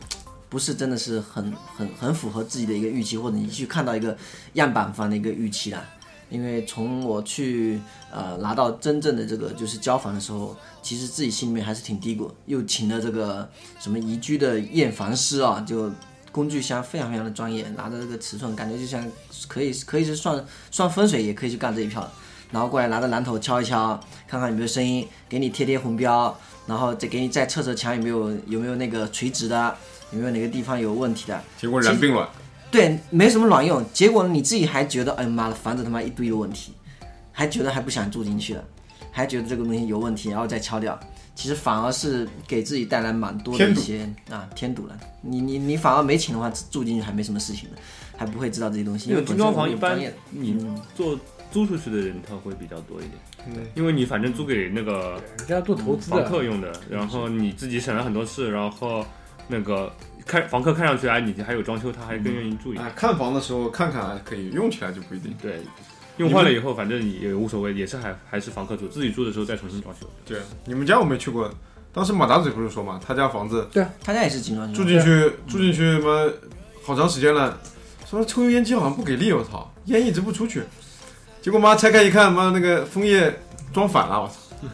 Speaker 3: 不是真的是很很很符合自己的一个预期，或者你去看到一个样板房的一个预期啦。因为从我去呃拿到真正的这个就是交房的时候，其实自己心里面还是挺低谷，又请了这个什么宜居的验房师啊，就工具箱非常非常的专业，拿着这个尺寸，感觉就像可以可以是算算风水，也可以去干这一票的。然后过来拿着榔头敲一敲，看看有没有声音，给你贴贴红标，然后再给你再测测墙有没有有没有那个垂直的，有没有哪个地方有问题的。
Speaker 4: 结果然并卵，
Speaker 3: 对，没什么卵用。结果你自己还觉得，哎呀妈的，房子他妈一堆的问题，还觉得还不想住进去了，还觉得这个东西有问题，然后再敲掉。其实反而是给自己带来蛮多的一些啊添堵了。你你你反而没钱的话，住进去还没什么事情的，还不会知道这些东西。
Speaker 5: 因为精装房一般
Speaker 3: 因为
Speaker 5: 你
Speaker 2: 嗯
Speaker 5: 做租出去的人他会比较多一点，
Speaker 4: 嗯
Speaker 5: 因为你反正租给那个
Speaker 2: 人家做投资
Speaker 5: 房
Speaker 2: 的，
Speaker 5: 客用的，然后你自己省了很多事，然后那个看房客看上去哎你还有装修，他还更愿意住一点。
Speaker 4: 哎，看房的时候看看啊可以，用起来就不一定。
Speaker 5: 对，用坏了以后，反正也无所谓，也是还还是房客住，自己住的时候再重新装修。
Speaker 4: 对，你们家我没去过，当时马大嘴不是说嘛，他家房子
Speaker 3: 他家也是精装
Speaker 4: 住
Speaker 3: 修，
Speaker 4: 进去住进去他妈好长时间了，说抽油烟机好像不给力，我操，烟一直不出去，结果妈拆开一看，妈那个枫叶装反了，我操，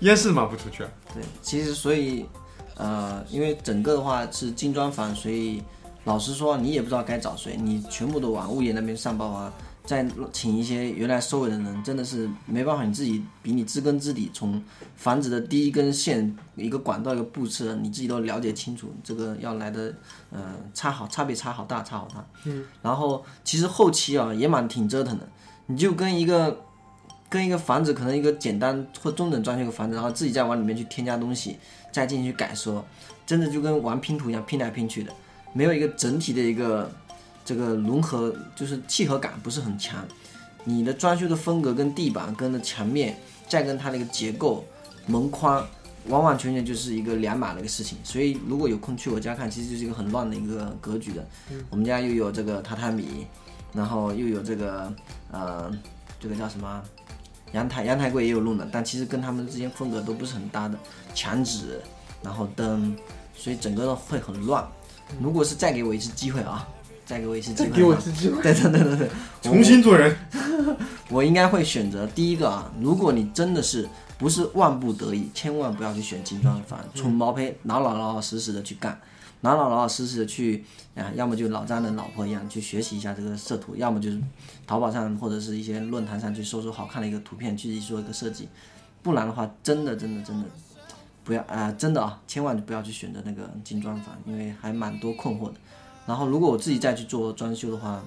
Speaker 4: 烟是妈不出去，
Speaker 3: 对，其实所以呃，因为整个的话是精装房，所以老实说你也不知道该找谁，你全部都往物业那边上报啊，再请一些原来收尾的人，真的是没办法，你自己比你知根知底，从房子的第一根线、一个管道、一个布置，你自己都了解清楚，这个要来的呃差好差别差好大差好大。嗯，然后其实后期啊也蛮挺折腾的，你就跟一个。跟一个房子，可能一个简单或中等装修一个房子，然后自己再往里面去添加东西，再进行去改说，真的就跟玩拼图一样拼来拼去的，没有一个整体的一个这个融合，就是契合感不是很强。你的装修的风格跟地板、跟的墙面，再跟它的一个结构、门框，完完全全就是一个两码的一个事情。所以如果有空去我家看，其实就是一个很乱的一个格局的。我们家又有这个榻榻米，然后又有这个呃，这个叫什么啊？阳台阳台柜也有弄的，但其实跟他们之间风格都不是很搭的，墙纸，然后灯，所以整个都会很乱。如果是再给我一次机会啊，再给我一次机会啊，
Speaker 2: 己
Speaker 3: 对对对对对，
Speaker 4: 重新做人，
Speaker 3: 我应该会选择第一个啊。如果你真的是不是万不得已，千万不要去选精装房，纯毛坯，老老老老实实的去干，老老老老实实的去啊，要么就老张的老婆一样去学习一下这个色图，要么就是淘宝上或者是一些论坛上去搜搜好看的一个图片去做一个设计，不然的话，真的真的真的。不要啊、真的啊，千万不要去选择那个精装房，因为还蛮多困惑的。然后，如果我自己再去做装修的话，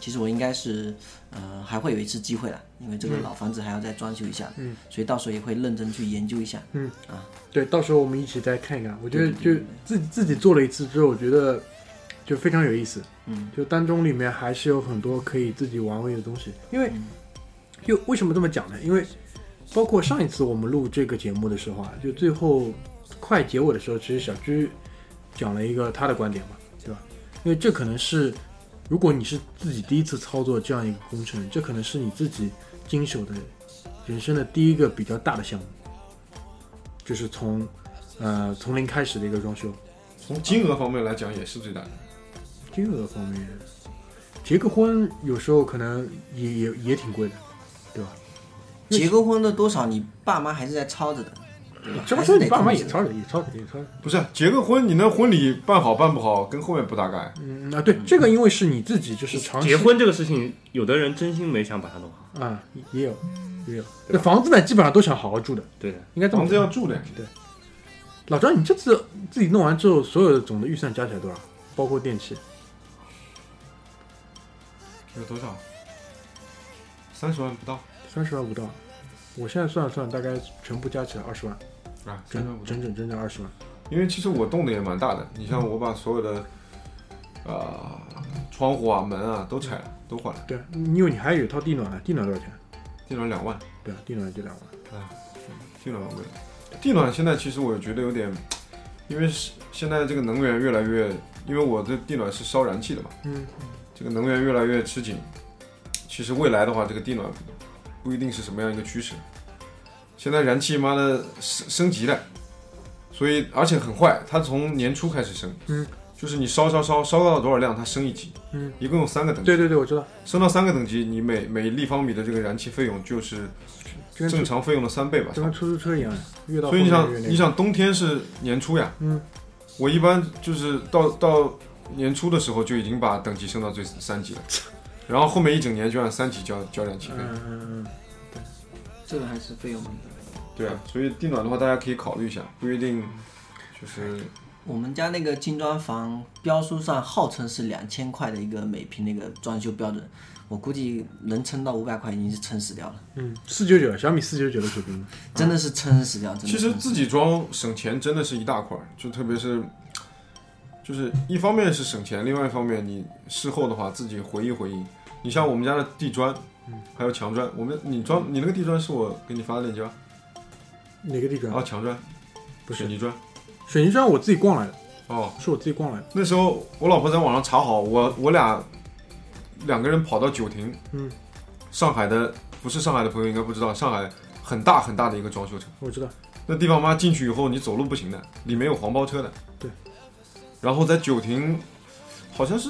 Speaker 3: 其实我应该是呃，还会有一次机会啦，因为这个老房子还要再装修一下，嗯，所以到时候也会认真去研究一下，
Speaker 2: 对，到时候我们一起再看一看。我觉得就自己自己做了一次之后，我觉得就非常有意思。
Speaker 3: 嗯，
Speaker 2: 就当中里面还是有很多可以自己玩味的东西。因为，就为什么这么讲呢？因为包括上一次我们录这个节目的时候啊，就最后快结尾的时候，其实小居讲了一个他的观点嘛，对吧？因为这可能是如果你是自己第一次操作这样一个工程，这可能是你自己经手的人生的第一个比较大的项目，就是从呃从零开始的一个装修。
Speaker 4: 从金额方面来讲也是最大的，
Speaker 2: 金额方面，结个婚有时候可能也也也挺贵的，对吧？
Speaker 3: 结个婚的多少，你爸妈还是在操着的，对吧？
Speaker 2: 这不
Speaker 3: 还是
Speaker 2: 是
Speaker 3: 得
Speaker 2: 你爸妈
Speaker 3: 控
Speaker 2: 也
Speaker 3: 制
Speaker 2: 操着，也操着，也操着。
Speaker 4: 不是啊结个婚，你那婚礼办好办不好跟后面不搭嘎，
Speaker 2: 嗯啊，对，这个因为是你自己就是长期
Speaker 5: 结婚这个事情，有的人真心没想把它弄好，
Speaker 2: 啊，也有也有。那房子呢，基本上都想好好住的，
Speaker 5: 对的，
Speaker 2: 应该这么
Speaker 4: 房子要
Speaker 2: 讲。
Speaker 4: 住的，
Speaker 2: 老张，你这次自己弄完之后，所有的总的预算加起来多少？包括电器，
Speaker 4: 有多少？三十万不到
Speaker 2: 三十万不到。我现在算了算，大概全部加起来二十万，
Speaker 4: 啊，
Speaker 2: 整
Speaker 4: 三十万不到。
Speaker 2: 整整整整二十万。
Speaker 4: 因为其实我动的也蛮大的，你像我把所有的，呃，窗户啊、门啊都拆了，都换了，
Speaker 2: 对，因为你还有一套地暖呢，地暖多少钱？
Speaker 4: 地暖两万，
Speaker 2: 对啊，地暖就两万。
Speaker 4: 地暖蛮贵的。地暖现在其实我觉得有点，因为是现在这个能源越来越，因为我这地暖是烧燃气的嘛，
Speaker 2: 嗯，
Speaker 4: 这个能源越来越吃紧，其实未来的话，这个地暖不一定是什么样一个趋势。现在燃气妈的升升级了，所以而且很快，它从年初开始升，
Speaker 2: 嗯，
Speaker 4: 就是你烧烧烧烧到多少量，它升一级，
Speaker 2: 嗯，
Speaker 4: 一共有三个等级，
Speaker 2: 对对对，我知道，
Speaker 4: 升到三个等级，你每每立方米的这个燃气费用就是
Speaker 2: 就跟
Speaker 4: 正常费用的三倍吧，
Speaker 2: 就跟出租车一样，越到
Speaker 4: 所以你
Speaker 2: 后面
Speaker 4: 想
Speaker 2: 越，那
Speaker 4: 你
Speaker 2: 个
Speaker 4: 想冬天是年初呀，
Speaker 2: 嗯，
Speaker 4: 我一般就是到到年初的时候就已经把等级升到最 三级了，然后后面一整年就按三级交交燃气费。
Speaker 2: 嗯嗯嗯
Speaker 3: 这个还是费用蛮大的。
Speaker 4: 对啊，所以地暖的话大家可以考虑一下，不一定就是
Speaker 3: 我们家那个精装房标书上号称是两千块的一个每平那个装修标准，我估计能撑到五百块已经是撑死掉了，
Speaker 2: 嗯，四九九小米四九九的水平，
Speaker 3: 真的是撑死掉。真的
Speaker 4: 其实
Speaker 3: 撑死
Speaker 4: 自己装省钱真的是一大块儿，就特别是，就是一方面是省钱，另外一方面你事后的话自己回忆回忆。你像我们家的地砖，
Speaker 2: 嗯
Speaker 4: 还有墙砖，我们你装你那个地砖是我给你发的链接吧？
Speaker 2: 哪个地砖？
Speaker 4: 啊，墙砖
Speaker 2: 不
Speaker 4: 水
Speaker 2: 是
Speaker 4: 泥砖。
Speaker 2: 水泥砖，我自己逛来的，
Speaker 4: 哦，
Speaker 2: 是我自己逛来的。
Speaker 4: 那时候我老婆在网上查好，我我俩两个人跑到九亭，
Speaker 2: 嗯，
Speaker 4: 上海的不是上海的朋友应该不知道，上海很大很大的一个装修城，
Speaker 2: 我知道，
Speaker 4: 那地方嘛进去以后你走路不行的，里面有黄包车的。
Speaker 2: 对。
Speaker 4: 然后在九亭，好像是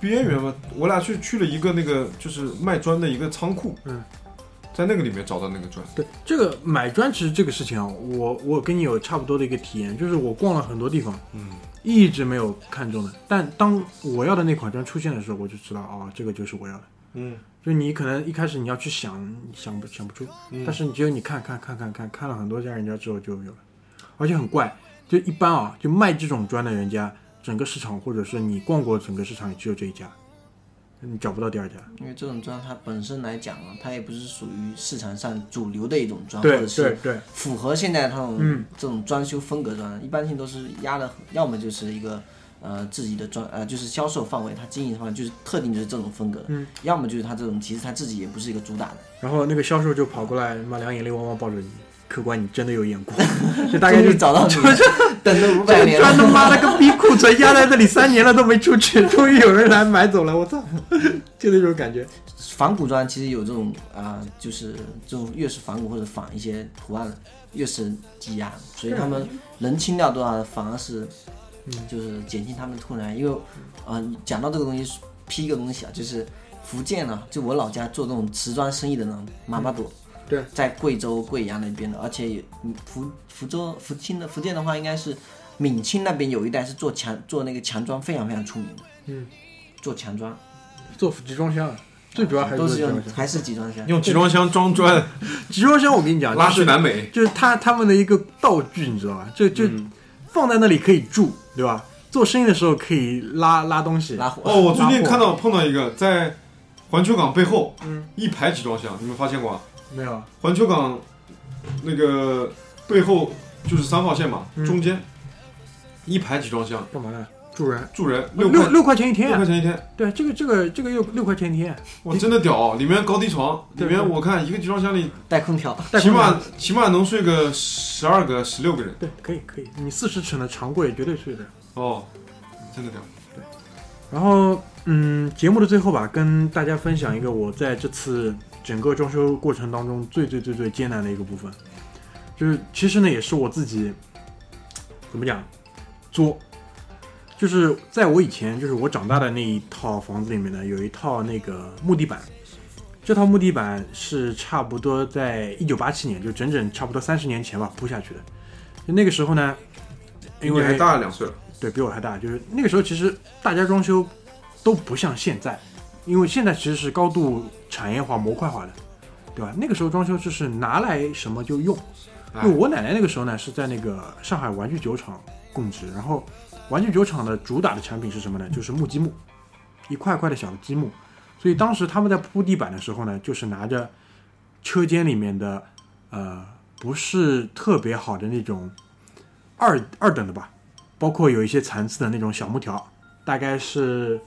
Speaker 4: 边缘吧，我俩去去了一个那个就是卖砖的一个仓库，
Speaker 2: 嗯，
Speaker 4: 在那个里面找到那个砖，
Speaker 2: 对这个买砖其实这个事情啊，我我跟你有差不多的一个体验，就是我逛了很多地方，
Speaker 4: 嗯，
Speaker 2: 一直没有看中的，但当我要的那款砖出现的时候，我就知道哦，这个就是我要的。
Speaker 4: 嗯，
Speaker 2: 就你可能一开始你要去想，想不想不出，但是你只有你看看看看看看了很多家人家之后就有了，而且很怪，就一般啊，就卖这种砖的人家，整个市场或者是你逛过整个市场也只有这一家，你找不到第二家。
Speaker 3: 因为这种砖它本身来讲啊，它也不是属于市场上主流的一种砖，或
Speaker 2: 对
Speaker 3: 者
Speaker 2: 对
Speaker 3: 是
Speaker 2: 对，
Speaker 3: 符合现在它这种、
Speaker 2: 嗯
Speaker 3: 这种装修风格砖，一般性都是压的，要么就是一个呃自己的专呃就是销售范围，它经营范围就是特定就是这种风格的，嗯、要么就是它这种其实它自己也不是一个主打的，
Speaker 2: 然后那个销售就跑过来，妈两眼泪汪汪抱着你，客官你真的有眼 光，就大概
Speaker 3: 终
Speaker 2: 就
Speaker 3: 于找到你了，等了五百
Speaker 2: 这
Speaker 3: 年
Speaker 2: 砖
Speaker 3: 了，
Speaker 2: 他妈了个逼库存压在这里三年了都没出去，终于有人来买走了，我操， 就那种感觉。
Speaker 3: 仿古砖其实有这种啊、呃就是这种越是仿古或者仿一些图案，越是积压，所以他们
Speaker 2: 啊
Speaker 3: 能清掉多少，反而是
Speaker 2: 嗯
Speaker 3: 就是减轻他们突然，因为啊、呃讲到这个东西，批一个东西啊，就是福建啊，就我老家做这种瓷砖生意的呢，妈妈多。
Speaker 2: 嗯对，
Speaker 3: 在贵州、贵阳那边的，而且也嗯福福州、福清的福建的话，应该是闽清那边有一带是做墙做那个墙砖非常非常出名的，
Speaker 2: 嗯，
Speaker 3: 做墙砖
Speaker 2: 做集装箱，啊，最主要还是
Speaker 3: 都
Speaker 2: 做
Speaker 3: 是
Speaker 2: 集装
Speaker 3: 用
Speaker 2: 箱。
Speaker 3: 还是集装箱，
Speaker 4: 用集装箱 装
Speaker 2: 啊
Speaker 4: 砖
Speaker 2: 集装箱我跟你讲，
Speaker 4: 拉
Speaker 2: 就是
Speaker 4: 去南美，
Speaker 2: 就是他他们的一个道具，你知道吧？就就放在那里可以住，对吧？做生意的时候可以拉拉东西，
Speaker 3: 拉火。
Speaker 4: 哦，我最近
Speaker 2: 拉货
Speaker 4: 看到碰到一个在环球港背后，
Speaker 2: 嗯，
Speaker 4: 一排集装箱，你们发现过啊？
Speaker 2: 没有啊？
Speaker 4: 环球港那个背后就是三号线嘛，
Speaker 2: 嗯
Speaker 4: 中间一排集装箱，
Speaker 2: 干嘛呢？住人
Speaker 4: 住人
Speaker 2: 六
Speaker 4: 块
Speaker 2: 六块钱一天啊
Speaker 4: 六块！钱一天，
Speaker 2: 对，这个这个这个又六块钱一天，啊
Speaker 4: 哇，真的屌、啊里面高低床，里
Speaker 2: 对
Speaker 4: 面我看一个集装箱里
Speaker 3: 带空调，
Speaker 2: 带
Speaker 4: 起
Speaker 2: 空调
Speaker 4: 码起码能睡个十二个、十六个人
Speaker 2: 对，可以可以，你四十尺的长柜绝对睡的。
Speaker 4: 哦，真的屌。
Speaker 2: 然后，嗯，节目的最后吧，跟大家分享一个我在这次整个装修过程当中最最最最艰难的一个部分，就是其实呢，也是我自己怎么讲作，就是在我以前，就是我长大的那一套房子里面呢，有一套那个木地板，这套木地板是差不多在一九八七年，就整整差不多三十年前吧铺下去的。就那个时候呢，因为
Speaker 4: 你还大两岁了，
Speaker 2: 对比我还大，就是那个时候其实大家装修都不像现在，因为现在其实是高度产业化、模块化的，对吧？那个时候装修就是拿来什么就用。因
Speaker 4: 哎
Speaker 2: 为我奶奶那个时候呢是在那个上海玩具酒厂供职，然后玩具酒厂的主打的产品是什么呢？就是木积木，一块块的小积木。所以当时他们在铺地板的时候呢，就是拿着车间里面的呃不是特别好的那种二二等的吧，包括有一些残次的那种小木条，大概是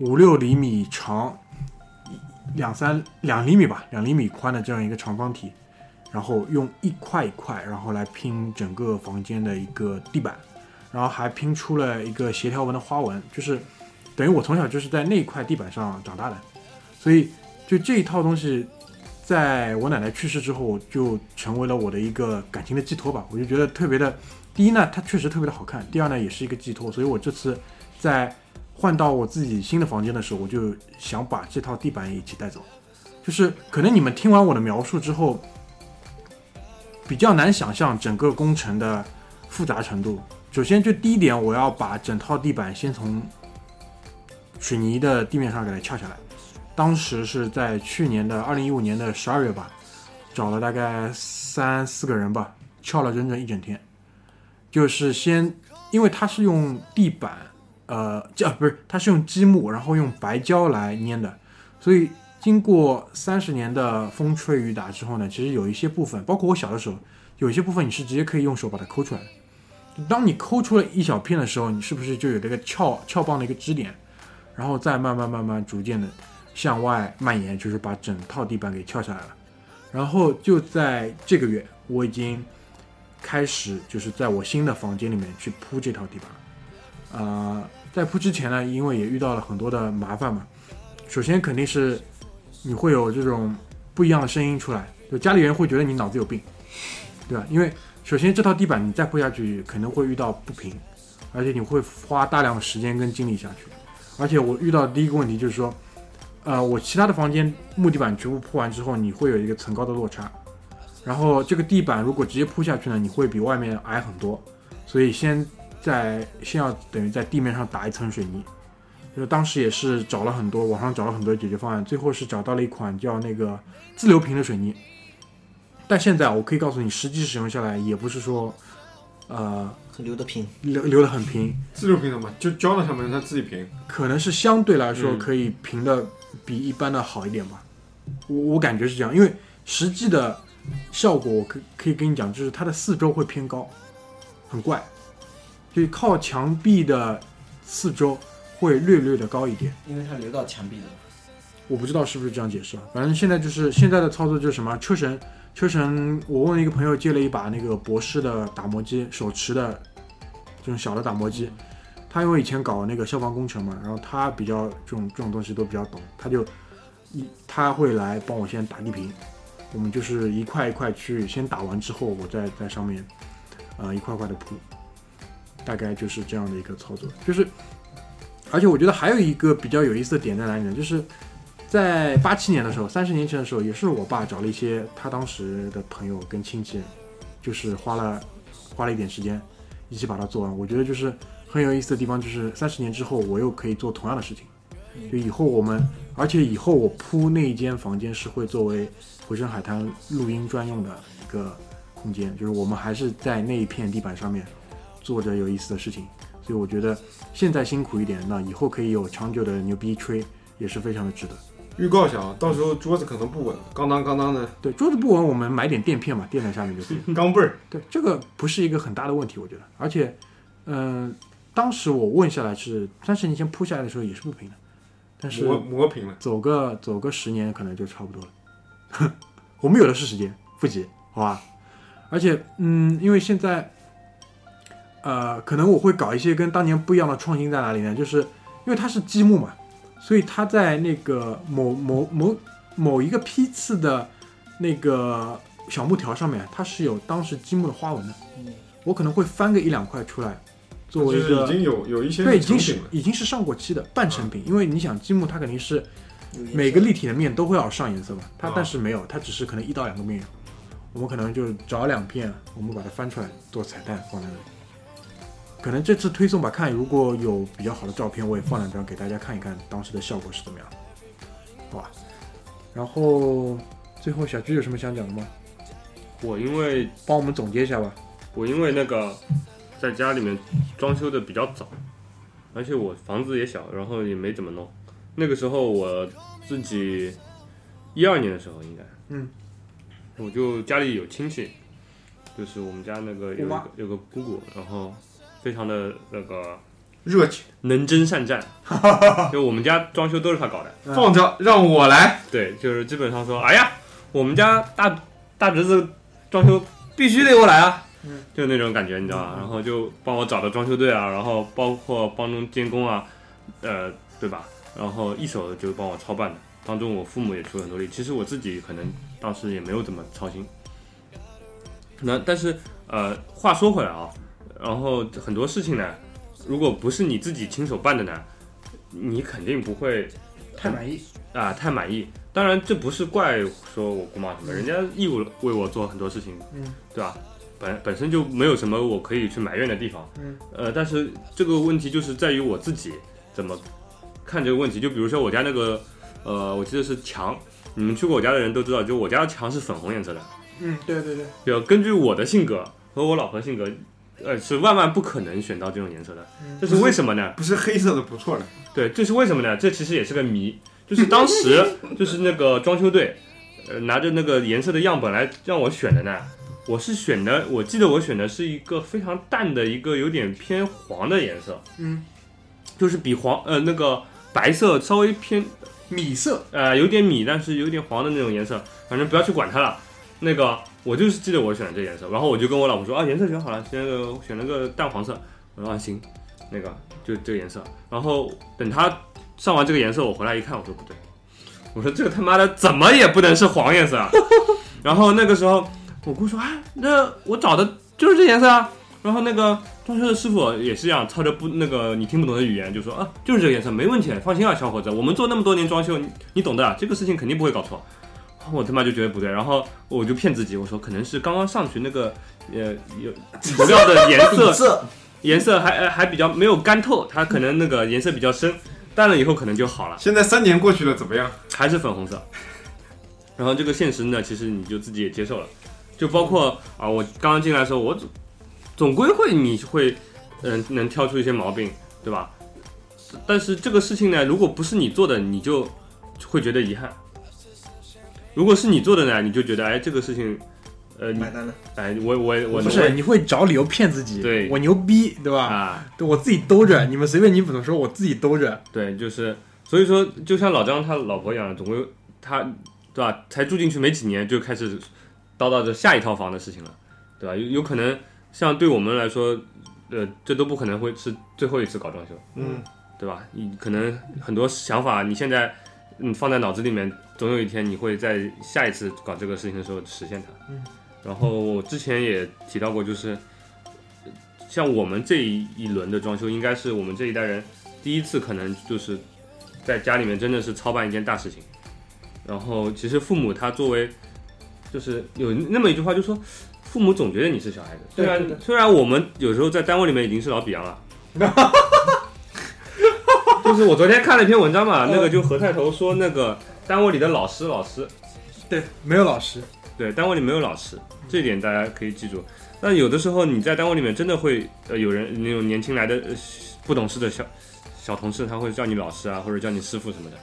Speaker 2: 五六厘米长，一两三两厘米吧，两厘米宽的这样一个长方体，然后用一块一块，然后来拼整个房间的一个地板，然后还拼出了一个斜条纹的花纹，就是等于我从小就是在那一块地板上长大的，所以就这一套东西。在我奶奶去世之后，就成为了我的一个感情的寄托吧。我就觉得特别的第一呢，它确实特别的好看；第二呢，也是一个寄托。所以我这次在换到我自己新的房间的时候，我就想把这套地板也一起带走。就是可能你们听完我的描述之后，比较难想象整个工程的复杂程度。首先，就第一点，我要把整套地板先从水泥的地面上给它撬下来。当时是在去年的二零一五年的十二月吧，找了大概三四个人吧，撬了整整一整天。就是先，因为它是用地板，呃，这、啊、不是，它是用积木，然后用白胶来粘的，所以经过三十年的风吹雨打之后呢，其实有一些部分，包括我小的时候，有一些部分你是直接可以用手把它抠出来的。当你抠出了一小片的时候，你是不是就有这个撬撬棒的一个支点，然后再慢慢慢慢逐渐的向外蔓延，就是把整套地板给撬下来了。然后就在这个月，我已经开始就是在我新的房间里面去铺这套地板。啊呃，在铺之前呢，因为也遇到了很多的麻烦嘛，首先肯定是你会有这种不一样的声音出来，就家里人会觉得你脑子有病，对吧？因为首先这套地板你再铺下去，可能会遇到不平，而且你会花大量的时间跟精力下去。而且我遇到的第一个问题就是说，呃，我其他的房间木地板全部铺完之后，你会有一个层高的落差，然后这个地板如果直接铺下去呢，你会比外面矮很多，所以先在先要等于在地面上打一层水泥。就是当时也是找了很多，网上找了很多解决方案，最后是找到了一款叫那个自流平的水泥。但现在我可以告诉你，实际使用下来也不是说，呃，
Speaker 3: 留的平，
Speaker 2: 流流的很平，
Speaker 4: 自流平的嘛，就胶在上面，它自己平。
Speaker 2: 可能是相对来说
Speaker 4: 嗯
Speaker 2: 可以平的比一般的好一点吧。我我感觉是这样，因为实际的效果我可可以跟你讲，就是它的四周会偏高，很怪，就靠墙壁的四周会略略的高一点。
Speaker 3: 因为它留到墙壁了。
Speaker 2: 我不知道是不是这样解释啊，反正现在就是现在的操作就是什么车神，车神，我问一个朋友借了一把那个博士的打磨机，手持的这种小的打磨机，他因为以前搞那个消防工程嘛，然后他比较这种这种东西都比较懂，他就一他会来帮我先打地坪，我们就是一块一块去先打完之后，我再在上面呃一块块的铺，大概就是这样的一个操作，就是而且我觉得还有一个比较有意思的点在哪里呢，就是。在八七年的时候，三十年前的时候，也是我爸找了一些他当时的朋友跟亲戚，就是花了花了一点时间，一起把它做完。我觉得就是很有意思的地方，就是三十年之后，我又可以做同样的事情。就以后我们，而且以后我铺那一间房间是会作为回声海滩录音专用的一个空间，就是我们还是在那一片地板上面做着有意思的事情。所以我觉得现在辛苦一点，那以后可以有长久的牛逼吹，也是非常的值得。
Speaker 4: 预告一下啊，到时候桌子可能不稳，刚当刚当的
Speaker 2: 对，桌子不稳，我们买点垫片嘛，垫在下面就可以了。
Speaker 4: 钢镚儿。
Speaker 2: 对，这个不是一个很大的问题，我觉得。而且，嗯、当时我问下来是三十年前铺下来的时候也是不平的，但是
Speaker 4: 磨磨平了，
Speaker 2: 走个走个十年可能就差不多了。 我们有的是时间，不急，好吧？而且，嗯，因为现在，呃，可能我会搞一些跟当年不一样的创新在哪里呢？就是因为它是积木嘛，所以它在那个某某某某一个批次的那个小木条上面，它是有当时积木的花纹的。我可能会翻个一两块出来，作为
Speaker 4: 嗯就
Speaker 2: 一
Speaker 4: 是已
Speaker 2: 个
Speaker 4: 经有有一些
Speaker 2: 对，已
Speaker 4: 成
Speaker 2: 经是
Speaker 4: 品了。嗯
Speaker 2: 已经是上过漆的半成品，因为你想积木它肯定是
Speaker 3: 有颜色
Speaker 2: 每个立体的面都会要上颜色嘛，它
Speaker 4: 啊
Speaker 2: 但是没有，它只是可能一到两个面有，我们可能就找两片，我们把它翻出来做彩蛋放在那里。可能这次推送吧，看如果有比较好的照片，我也放两张给大家看一看当时的效果是怎么样，好吧？然后最后小鞠有什么想讲的吗？
Speaker 5: 我因为
Speaker 2: 帮我们总结一下吧。
Speaker 5: 我因为那个在家里面装修的比较早，而且我房子也小，然后也没怎么弄。那个时候我自己一二年的时候应该，
Speaker 2: 嗯，
Speaker 5: 我就家里有亲戚，就是我们家那个有
Speaker 2: 姑
Speaker 5: 一
Speaker 2: 妈
Speaker 5: 个有个姑姑，然后非常的那个
Speaker 4: 热情，
Speaker 5: 能征善战，就我们家装修都是她搞的。
Speaker 2: 嗯
Speaker 4: 放着让我来。
Speaker 5: 对，就是基本上说，哎呀，我们家大大侄子装修必须得我来啊，
Speaker 2: 嗯
Speaker 5: 就那种感觉，你知道吧？然后就帮我找的装修队啊，然后包括帮中监工啊，呃，对吧？然后一手就帮我操办的，当中我父母也出了很多力。其实我自己可能当时也没有怎么操心。那但是呃，话说回来啊，然后很多事情呢，如果不是你自己亲手办的呢，你肯定不会
Speaker 2: 太满意，
Speaker 5: 啊、太满意。当然，这不是怪说我姑妈什么，人家义务为我做很多事情，
Speaker 2: 嗯，
Speaker 5: 对吧？本本身就没有什么我可以去埋怨的地方，
Speaker 2: 嗯，
Speaker 5: 呃，但是这个问题就是在于我自己怎么看这个问题。就比如说我家那个，呃，我记得是墙，你们去过我家的人都知道，就我家的墙是粉红颜色的，
Speaker 2: 嗯，对对对，
Speaker 5: 对吧？根据我的性格和我老婆性格，呃，是万万不可能选到这种颜色的，
Speaker 2: 嗯
Speaker 5: 这是为什么呢？
Speaker 4: 不是黑色的不错了，
Speaker 5: 对，这是为什么呢？这其实也是个谜，就是 当时就是那个装修队，呃，拿着那个颜色的样本来让我选的呢。我是选的，我记得我选的是一个非常淡的一个有点偏黄的颜色，
Speaker 2: 嗯，
Speaker 5: 就是比黄呃那个白色稍微偏
Speaker 2: 米色，
Speaker 5: 呃有点米，但是有点黄的那种颜色，反正不要去管它了。那个我就是记得我选的这颜色，然后我就跟我老婆说啊，颜色选好了，选了个选了个淡黄色。我说啊行，那个就这个颜色。然后等他上完这个颜色，我回来一看，我说不对，我说这个他妈的怎么也不能是黄颜色啊！ 然后那个时候我姑说啊，那我找的就是这颜色啊。然后那个装修的师傅也是一样，操着不那个你听不懂的语言就说啊，就是这个颜色，没问题，放心啊，小伙子，我们做那么多年装修，你你懂的，啊这个事情肯定不会搞错。我他妈就觉得不对，然后我就骗自己，我说可能是刚刚上去那个呃有 涂料的颜色
Speaker 3: 底色
Speaker 5: 颜色还呃还比较没有干透，它可能那个颜色比较深，淡了以后可能就好了，
Speaker 4: 现在三年过去了，怎么样？
Speaker 5: 还是粉红色。然后这个现实呢，其实你就自己也接受了，就包括啊，我刚刚进来的时候，我总总归会你会嗯、能挑出一些毛病，对吧？但是这个事情呢，如果不是你做的，你就会觉得遗憾；如果是你做的呢，你就觉得哎，这个事情，呃，你
Speaker 3: 买单了，
Speaker 5: 哎，我我我
Speaker 2: 不
Speaker 5: 我
Speaker 2: 是，你会找理由骗自己，
Speaker 5: 对
Speaker 2: 我牛逼，对吧？
Speaker 5: 啊，
Speaker 2: 对我自己兜着，你们随便你怎么说，我自己兜着。
Speaker 5: 对，就是所以说，就像老张他老婆一样，总归他对吧？才住进去没几年，就开始叨叨着下一套房的事情了，对吧？有有可能像对我们来说，呃，这都不可能会是最后一次搞装修，
Speaker 4: 嗯，
Speaker 5: 对吧？你可能很多想法，你现在嗯放在脑子里面，总有一天你会在下一次搞这个事情的时候实现它。嗯。然后我之前也提到过，就是呃像我们这一一轮的装修，应该是我们这一代人第一次可能就是在家里面真的是操办一件大事情。然后其实父母他作为，就是有那么一句话，就说父母总觉得你是小孩子，虽然虽然我们有时候在单位里面已经是老比昂了。就是我昨天看了一篇文章嘛，那个就何菜头说那个单位里的老师老师，
Speaker 2: 对，没有老师，
Speaker 5: 对，单位里没有老师，这一点大家可以记住。那有的时候你在单位里面真的会，呃，有人那种年轻来的、呃不懂事的小小同事，他会叫你老师啊，或者叫你师傅什么的，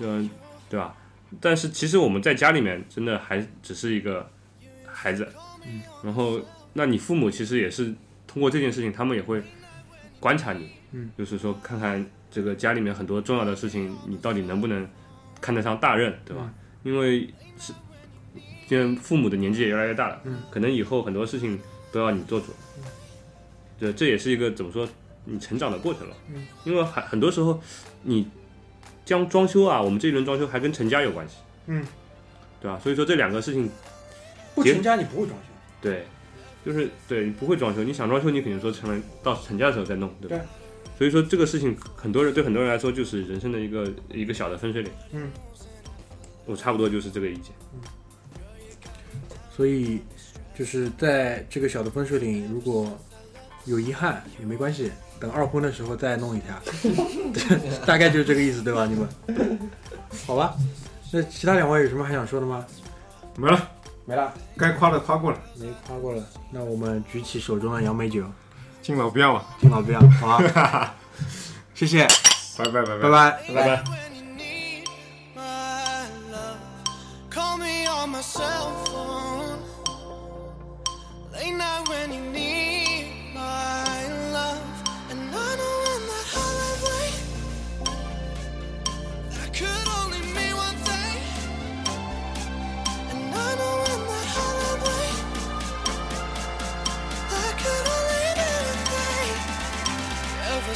Speaker 5: 嗯，对吧？但是其实我们在家里面真的还只是一个孩子，然后那你父母其实也是通过这件事情，他们也会观察你，
Speaker 2: 嗯，
Speaker 5: 就是说看看这个家里面很多重要的事情，你到底能不能看得上大任，对吧？因为是现在父母的年纪也越来越大了，
Speaker 2: 嗯
Speaker 5: 可能以后很多事情都要你做主。对，这也是一个怎么说你成长的过程了。
Speaker 2: 嗯，
Speaker 5: 因为很很多时候你将装修啊，我们这一轮装修还跟成家有关系。
Speaker 2: 嗯，
Speaker 5: 对吧？所以说这两个事情，
Speaker 2: 不
Speaker 5: 结
Speaker 2: 成家你不会装修。
Speaker 5: 对，就是对你不会装修，你想装修，你肯定说成了到成家的时候再弄，对吧？所以说这个事情，很多人对很多人来说就是人生的一个一个小的分水岭。
Speaker 2: 嗯，
Speaker 5: 我差不多就是这个意见。
Speaker 2: 所以就是在这个小的分水岭，如果有遗憾也没关系，等二婚的时候再弄一 下，大概就是这个意思，对吧？你们，好吧？那其他两位有什么还想说的吗？
Speaker 4: 没了，
Speaker 2: 没了，
Speaker 4: 该夸的夸过了，
Speaker 2: 没夸过了。那我们举起手中的杨梅酒，
Speaker 4: 敬老不要啊了，
Speaker 2: 敬老不要，好吧？ 谢谢，
Speaker 4: 拜拜拜拜
Speaker 2: 拜拜。
Speaker 3: 拜拜。
Speaker 1: When you need my love, call me on my cell phone. Late night when you need my love, and I know in that highway that could only mean one thing. And I know in that highway that could only mean one thing. Ever